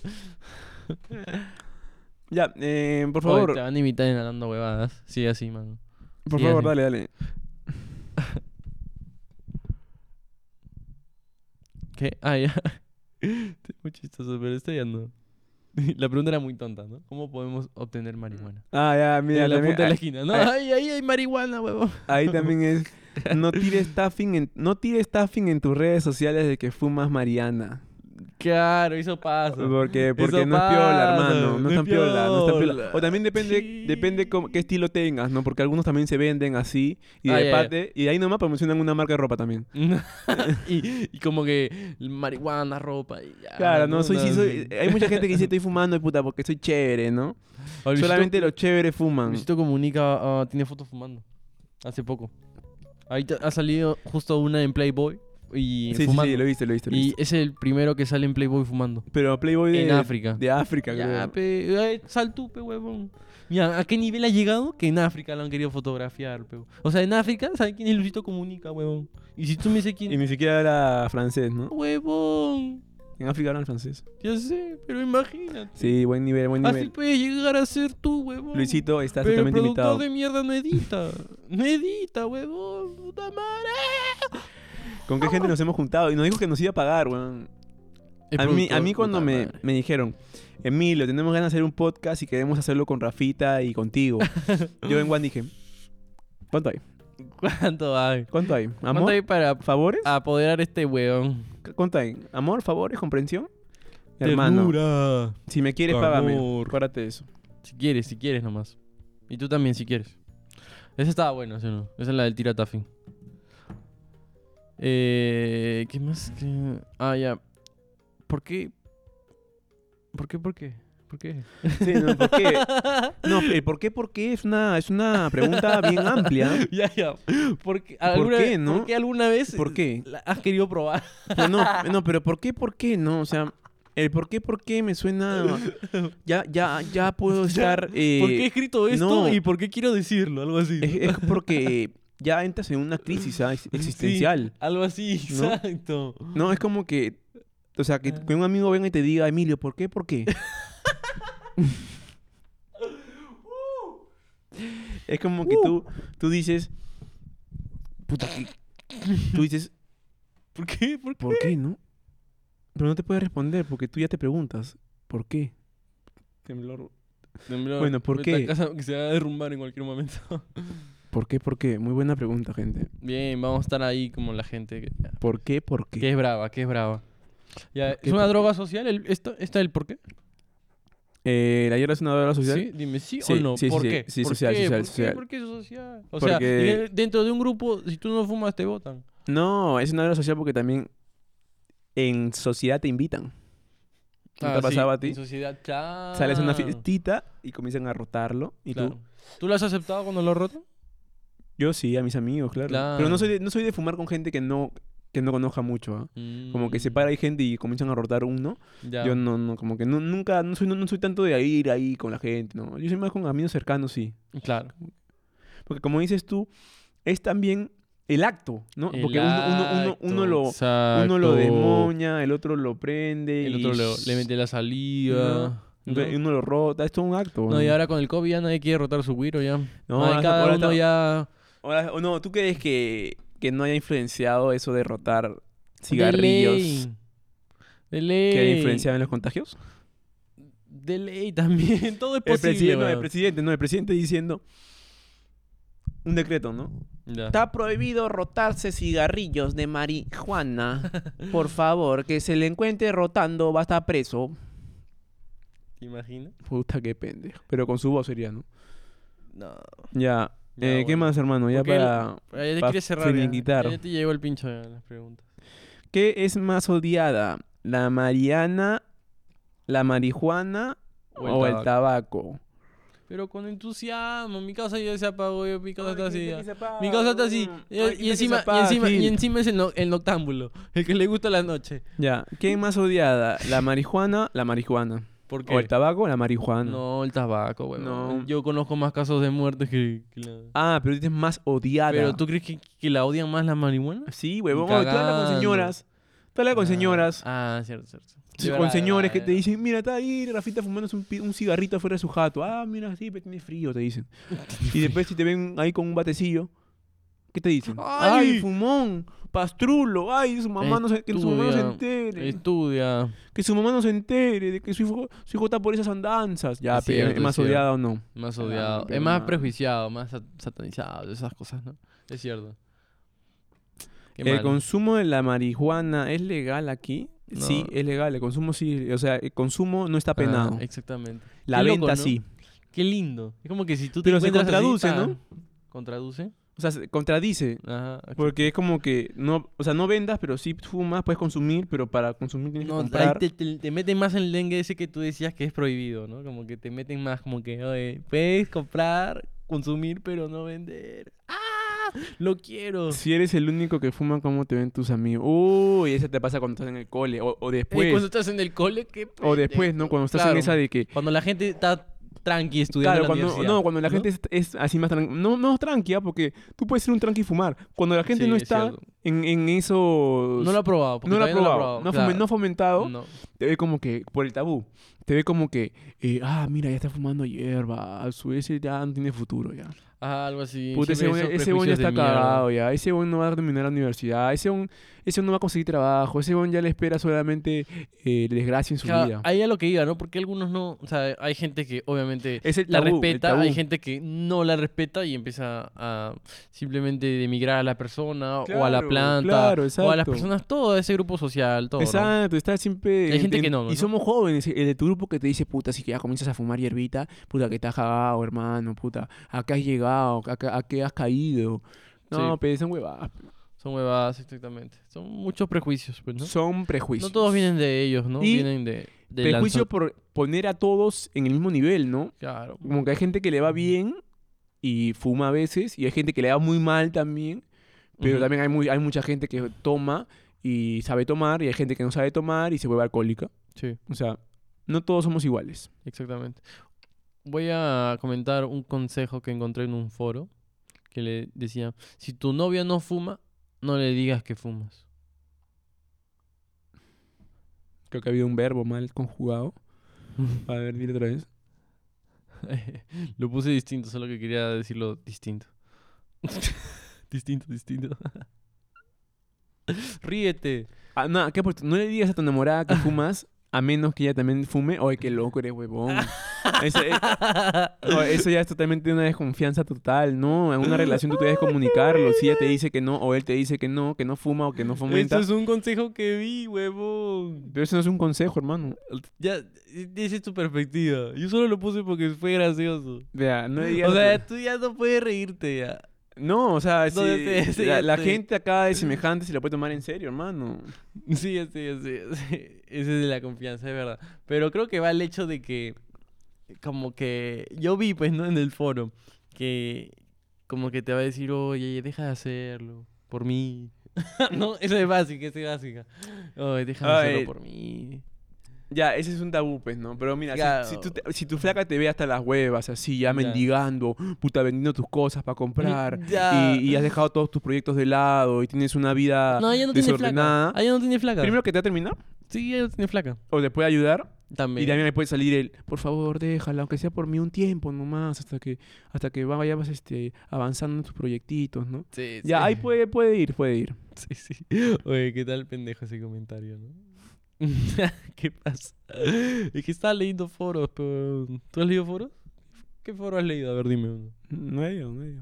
Ya, eh, por Oye, favor. te van a imitar en hablando huevadas. Sí, así, mano. por sí, favor, así. dale, dale. ¿Qué? Ah, ya. Este es muy chistoso, pero este ya no. La pregunta era muy tonta, ¿no? ¿Cómo podemos obtener marihuana? Ah, ya, mira. en la también- punta de la esquina. No, ay. ahí, ahí hay marihuana, huevón. Ahí también es. No tires staffing en, no tires staffing en tus redes sociales de que fumas Mariana. Claro, eso pasa. Porque, porque Eso no es piola, pasa, hermano. No es tan piola, no es tan piola. piola. O también depende, Sí. depende cómo- qué estilo tengas, ¿no? Porque algunos también se venden así. Y Ah, de ya, ya. parte, y ahí nomás promocionan una marca de ropa también. y, y como que marihuana, ropa y ya. Claro, no, soy, No, sí, no. soy. eh, Hay mucha gente que dice estoy fumando, puta, porque soy chévere, ¿no? O Luisito- Solamente los chéveres fuman. Luisito Comunica ah, tiene fotos fumando. Hace poco. Ahí ta- ha salido justo una en Playboy y Sí, sí, fumando. sí, lo viste, lo viste. lo y viste. es el primero que sale en Playboy fumando. Pero Playboy de, en África. de África, Ya, creo. pe, eh, sal tú, pe, huevón. Mira, ¿a qué nivel ha llegado? Que en África lo han querido fotografiar, pe. O sea, en África, ¿saben quién es Luisito Comunica, huevón? Y si tú me dices quién... Y ni siquiera era francés, ¿no? Huevón. En África hablan francés. Ya sé, pero imagínate. Sí, buen nivel, buen nivel. Así puedes llegar a ser tú, huevón. Luisito, estás Ah, Pero el totalmente productor invitado. de mierda no edita. No edita, huevón. Puta madre. ¿Con Ah, qué gente nos hemos juntado? Y nos dijo que nos iba a pagar, weón. A mí, a mí cuando me, me dijeron, Emilio, tenemos ganas de hacer un podcast y queremos hacerlo con Rafita y contigo. Yo en Juan dije, ¿cuánto hay? ¿Cuánto hay? ¿Cuánto hay? ¿Amor? ¿Cuánto hay para ¿Favores? apoderar este huevón? ¿Cuánto hay? ¿Amor? ¿Favores? ¿Comprensión? Hermano, Ternura. si me quieres, amor. págame. Acuérdate de eso. Si quieres, si quieres nomás. Y tú también, si quieres. Esa estaba buena, ¿sí o no? Esa es la del tira Taffin. Eh, ¿Qué más? ¿Qué- Ah, ya. ¿Por qué? ¿Por qué? ¿Por qué? ¿Por qué? Sí, no, ¿por qué? No, el por qué, por qué es una, es una pregunta bien amplia. ya, ya. ¿Por qué, alguna, qué, vez- no? ¿Por qué alguna vez ¿Por qué? la has querido probar? Pero no, no, pero ¿por qué, por qué? No, o sea, el por qué, por qué me suena. Ya, ya, ya puedo estar. eh, ¿Por qué he escrito esto no. y por qué quiero decirlo? Algo así. Es, es porque ya entras en una crisis ¿ah? Ex- existencial. Sí, algo así, ¿No? exacto. No, es como que. O sea, que, que un amigo venga y te diga, Emilio, ¿por qué, por qué? es como que tú, tú dices. Puta, ¿qué? Tú dices, ¿Por qué? ¿Por qué? ¿por qué, no? Pero no te puedes responder porque tú ya te preguntas, ¿por qué? Temblor Temblor, Bueno, ¿por esta qué? casa que se va a derrumbar en cualquier momento. ¿Por qué? ¿Por qué? Muy buena pregunta, gente. Bien, vamos a estar ahí como la gente que, ¿Por qué? ¿Por qué? que es brava, que es brava. Ya, ¿Por qué? ¿Es una ¿Por qué? droga social el- esto, esta del por qué? Eh, ¿La hierba es una droga social? Sí, dime sí, Sí, o no. sí, sí, ¿Por sí, qué? sí, ¿Por social, social, qué? ¿Por qué? social. ¿Por qué es social? O sea, Porque- de- dentro de un grupo, si tú no fumas, te votan. No, es una droga social porque también en sociedad te invitan. ¿No Ah, te ha sí, pasado a ti? En sociedad, claro. Sales a una fiestita y comienzan a rotarlo. ¿Y Ah. Claro. tú? ¿Tú lo has aceptado cuando lo has roto? Yo sí, a mis amigos, claro. Claro. Pero no soy, de, no soy de fumar con gente que no, que no conozca mucho. ¿ah? Como que se para ahí gente y comienzan a rotar uno. Mm. Ya. Yo no, no, como que no, nunca, no soy, no, no soy tanto de ir ahí con la gente, ¿no? Yo soy más con amigos cercanos, sí. Claro. Porque como dices tú, es también el acto, ¿no? Porque uno, uno, uno, uno lo, uno lo demoña, el otro lo prende. El y otro lo- le mete la saliva. ¿no? Entonces, Uno lo rota, es todo un acto. No, y ahora con el COVID ya nadie quiere rotar su guiro ya. No, No, ahora- cada ahora uno está- ya... Ahora, o no, ¿tú crees que, que no haya influenciado eso de rotar De cigarrillos ley. De ley. que haya influenciado en los contagios? De ley también. Todo es El posible, presidente, no, el weón. presidente, no, el presidente diciendo un decreto, ¿no? Ya. Está prohibido rotarse cigarrillos de marihuana. Por favor, que se le encuentre rotando va a estar preso. ¿Te imaginas? Puta, qué pendejo. Pero con su voz sería, ¿no? No. Ya. Ya, eh, ¿Qué bueno. más, hermano? Ya Porque el- para... Ah, Ya te Pa' quieres cerrar. Ya. finiquitar. Ya te llegó el pincho de las preguntas. ¿Qué es más odiada? ¿La mariana, la marihuana o el, tabaco? Pero con entusiasmo. Mi causa ya se apagó. Yo, mi causa está así. ya. Mi causa está así. Mm. eh, y, encima, y, encima, y encima es el, no- el noctámbulo. El que le gusta la noche. Ya, ¿qué es más odiada? ¿La marihuana, la marihuana? ¿Por qué? ¿O el tabaco o la marihuana? No, el tabaco, weón. No. Yo conozco más casos de muertes que, que la... Ah, pero dices más odiada. Pero ¿tú crees que, que la odian más la marihuana? Sí, huevón. Tú hablas con Cagando. señoras. Tú hablas con Ah, señoras. Ah, cierto, cierto. Sí, con señores que te dicen, mira, está ahí Rafita fumándose un, pi- un cigarrito afuera de su jato. Ah, mira, sí, pero tiene frío, te dicen. y después si te ven ahí con un batecillo, ¿qué te dicen? ¡Ay! fumón! ¡Pastrulo! ¡Ay, su mamá no se, que su mamá no se Estudia, entere! Estudia. que su mamá no se entere de que su hijo, su hijo está por esas andanzas. Ya, Es pe, cierto, ¿es más es cierto. odiada o no? Más Ah, odiado. pero es más no. prejuiciado, más sat- satanizado, esas cosas, ¿no? Es cierto. Qué ¿El mal. consumo de la marihuana es legal aquí? Sí, No. es legal. El consumo sí. O sea, el consumo no está Ah, penado. exactamente. la qué loco, venta ¿no? sí. Qué lindo. Es como que si tú te Pero se encuentras así, contraduce, pa, ¿no? Contraduce. O sea, se contradice. Ajá. ok. Porque es como que no, o sea, no vendas, pero sí fumas, puedes consumir, pero para consumir tienes No, que ahí comprar. te, te- te meten más en el dengue ese que tú decías que es prohibido, ¿no? Como que te meten más, como que, oye, puedes comprar, consumir, pero no vender. ¡Ah! Lo quiero. Si eres el único que fuma, ¿cómo te ven tus amigos? Uy, eso te pasa cuando estás en el cole. O, o Eh, cuando después. estás en el cole, ¿qué? pues. O después, ¿no? pendejo. Cuando estás Claro. en esa de que. Cuando la gente está tranqui estudiando Claro, en la cuando, universidad, no, cuando la gente es, es así más tranquila. No, no tranquila, porque tú puedes ser un tranqui y fumar. Cuando la gente Sí, no es está cierto. en, en esos. No lo ha probado. porque no lo ha todavía probado. No ha claro. fomen- no ha fomentado. No. Te ve como que, por el tabú, te ve como que, eh, ah, mira, ya está fumando hierba, a su ese ya no tiene futuro ya. Ah, algo así. Puta, ese siempre buen, esos ese buen ya prejuicios de está mierda. cagado ya. Ese buen no va a terminar la universidad. Ese buen, ese buen no va a conseguir trabajo. Ese buen ya le espera solamente eh, desgracia en su Claro, vida. ahí a lo que iba, ¿no? Porque algunos no. O sea, hay gente que obviamente Es el la tabú, el respeta, tabú. hay gente que no la respeta y empieza a simplemente emigrar a la persona o a la Claro, planta claro, o a las exacto. personas, todo ese grupo social, todo. ¿no? Exacto, está siempre. Hay gente en- que no, Y ¿no? somos jóvenes. El de tu grupo que te dice, puta, si que ya comienzas a fumar hierbita, puta, que estás cagado, hermano, puta, ¿a qué has llegado? ¿A qué, a qué has caído? No, Sí. pero son huevadas. Son huevadas, exactamente. Son muchos prejuicios, pues, ¿no? Son prejuicios. No todos vienen de ellos, ¿no? Y vienen de. de prejuicio lanzar- por poner a todos en el mismo nivel, ¿no? Claro. Como que hay gente que le va bien y fuma a veces, y hay gente que le va muy mal también, pero Ujú. también hay, muy, hay mucha gente que toma y sabe tomar, y hay gente que no sabe tomar y se vuelve alcohólica. Sí. O sea, no todos somos iguales. Exactamente. Voy a comentar un consejo que encontré en un foro que le decía, si tu novia no fuma, no le digas que fumas. Creo que ha habido un verbo mal conjugado. A ver, dile otra vez. Lo puse distinto, solo que quería decirlo distinto. distinto, distinto. Ríete. Ah, no, ¿qué has puesto? No le digas a tu enamorada que fumas a menos que ella también fume. Oye, qué loco eres, huevón. Eso, eh, no, eso ya es totalmente una desconfianza total, ¿no? En una relación tú debes comunicarlo. Si ella te dice que no o él te dice que no, que no fuma o que no fomenta. Esto es un consejo que vi, huevón. Pero eso no es un consejo, hermano. Ya, esa es tu perspectiva. Yo solo lo puse porque fue gracioso. Vea, no le digas... O sea, tú ya no puedes reírte ya. no, o sea, No, este, si- ya sé, ya sé, la, ya la sé. gente acá de semejante se la puede tomar en serio, hermano. Sí, así, así, así. Ese es de la confianza, es verdad. Pero creo que va el hecho de que, como que, yo vi, pues, ¿no? En el foro, que como que te va a decir, oye, deja de hacerlo, por mí. no, eso es básico, eso es básica. Oye, deja de Ay. hacerlo por mí. Ya, ese es un tabú, pues, ¿no? Pero mira, si- Claro. si, tú te- si tu flaca te ve hasta las huevas, así, ya Ya. mendigando, puta, vendiendo tus cosas para comprar, Ya. y, y has dejado todos tus proyectos de lado, y tienes una vida No, ella no tiene flaca. Ah, desordenada. Ella no tiene flaca. Primero que te ha terminado, Sí, ella no tiene flaca. o te puede ayudar, También. y también le puede salir el, por favor, déjala, aunque sea por mí un tiempo nomás, hasta que, hasta que vayas este, avanzando en tus proyectitos, ¿no? Sí, Ya, sí. ahí puede, puede ir, puede ir. Sí, sí. Oye, qué tal pendejo ese comentario, ¿no? ¿Qué pasa? Es que estaba leyendo foros, pero... ¿Tú has leído foros? ¿Qué foro has leído? A ver, dime uno. No hay, no hay.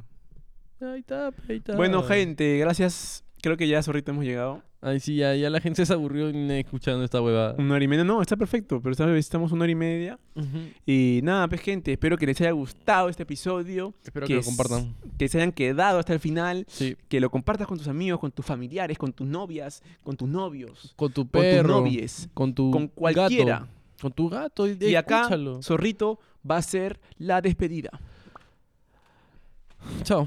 Ahí está, pe, ahí está. Bueno, gente, gracias. Creo que ya ahorita hemos llegado. Ay, sí, ya, ya la gente se aburrió en- escuchando esta huevada. Una hora y media, no, está perfecto, pero esta vez estamos una hora y media. Ujú. Y nada, pues gente, espero que les haya gustado este episodio, Espero que que lo es- compartan. que se hayan quedado hasta el final, Sí. que lo compartas con tus amigos, con tus familiares, con tus novias, con tus novios, Con tu con perro. tus novies, Con tu con gato, cualquiera. Con tu gato. Y, Y acá, escúchalo. Zorrito va a ser la despedida. Chao.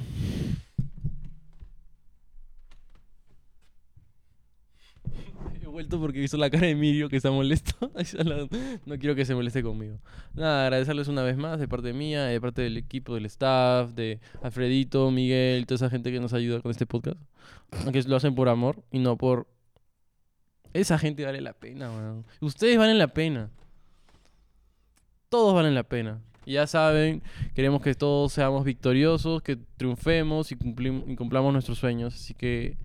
He vuelto porque he visto la cara de Emilio que está molesto. Esa es la- no quiero que se moleste conmigo. Nada, agradecerles una vez más de parte mía, de parte del equipo, del staff, de Alfredito, Miguel, toda esa gente que nos ayuda con este podcast. Aunque lo hacen por amor y no por... Esa gente vale la pena, weón. Ustedes valen la pena. Todos valen la pena. Y ya saben, Queremos que todos seamos victoriosos, que triunfemos y, cumplim- y cumplamos nuestros sueños. Así que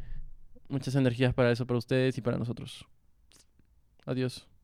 muchas energías para eso, para ustedes y para nosotros. Adiós.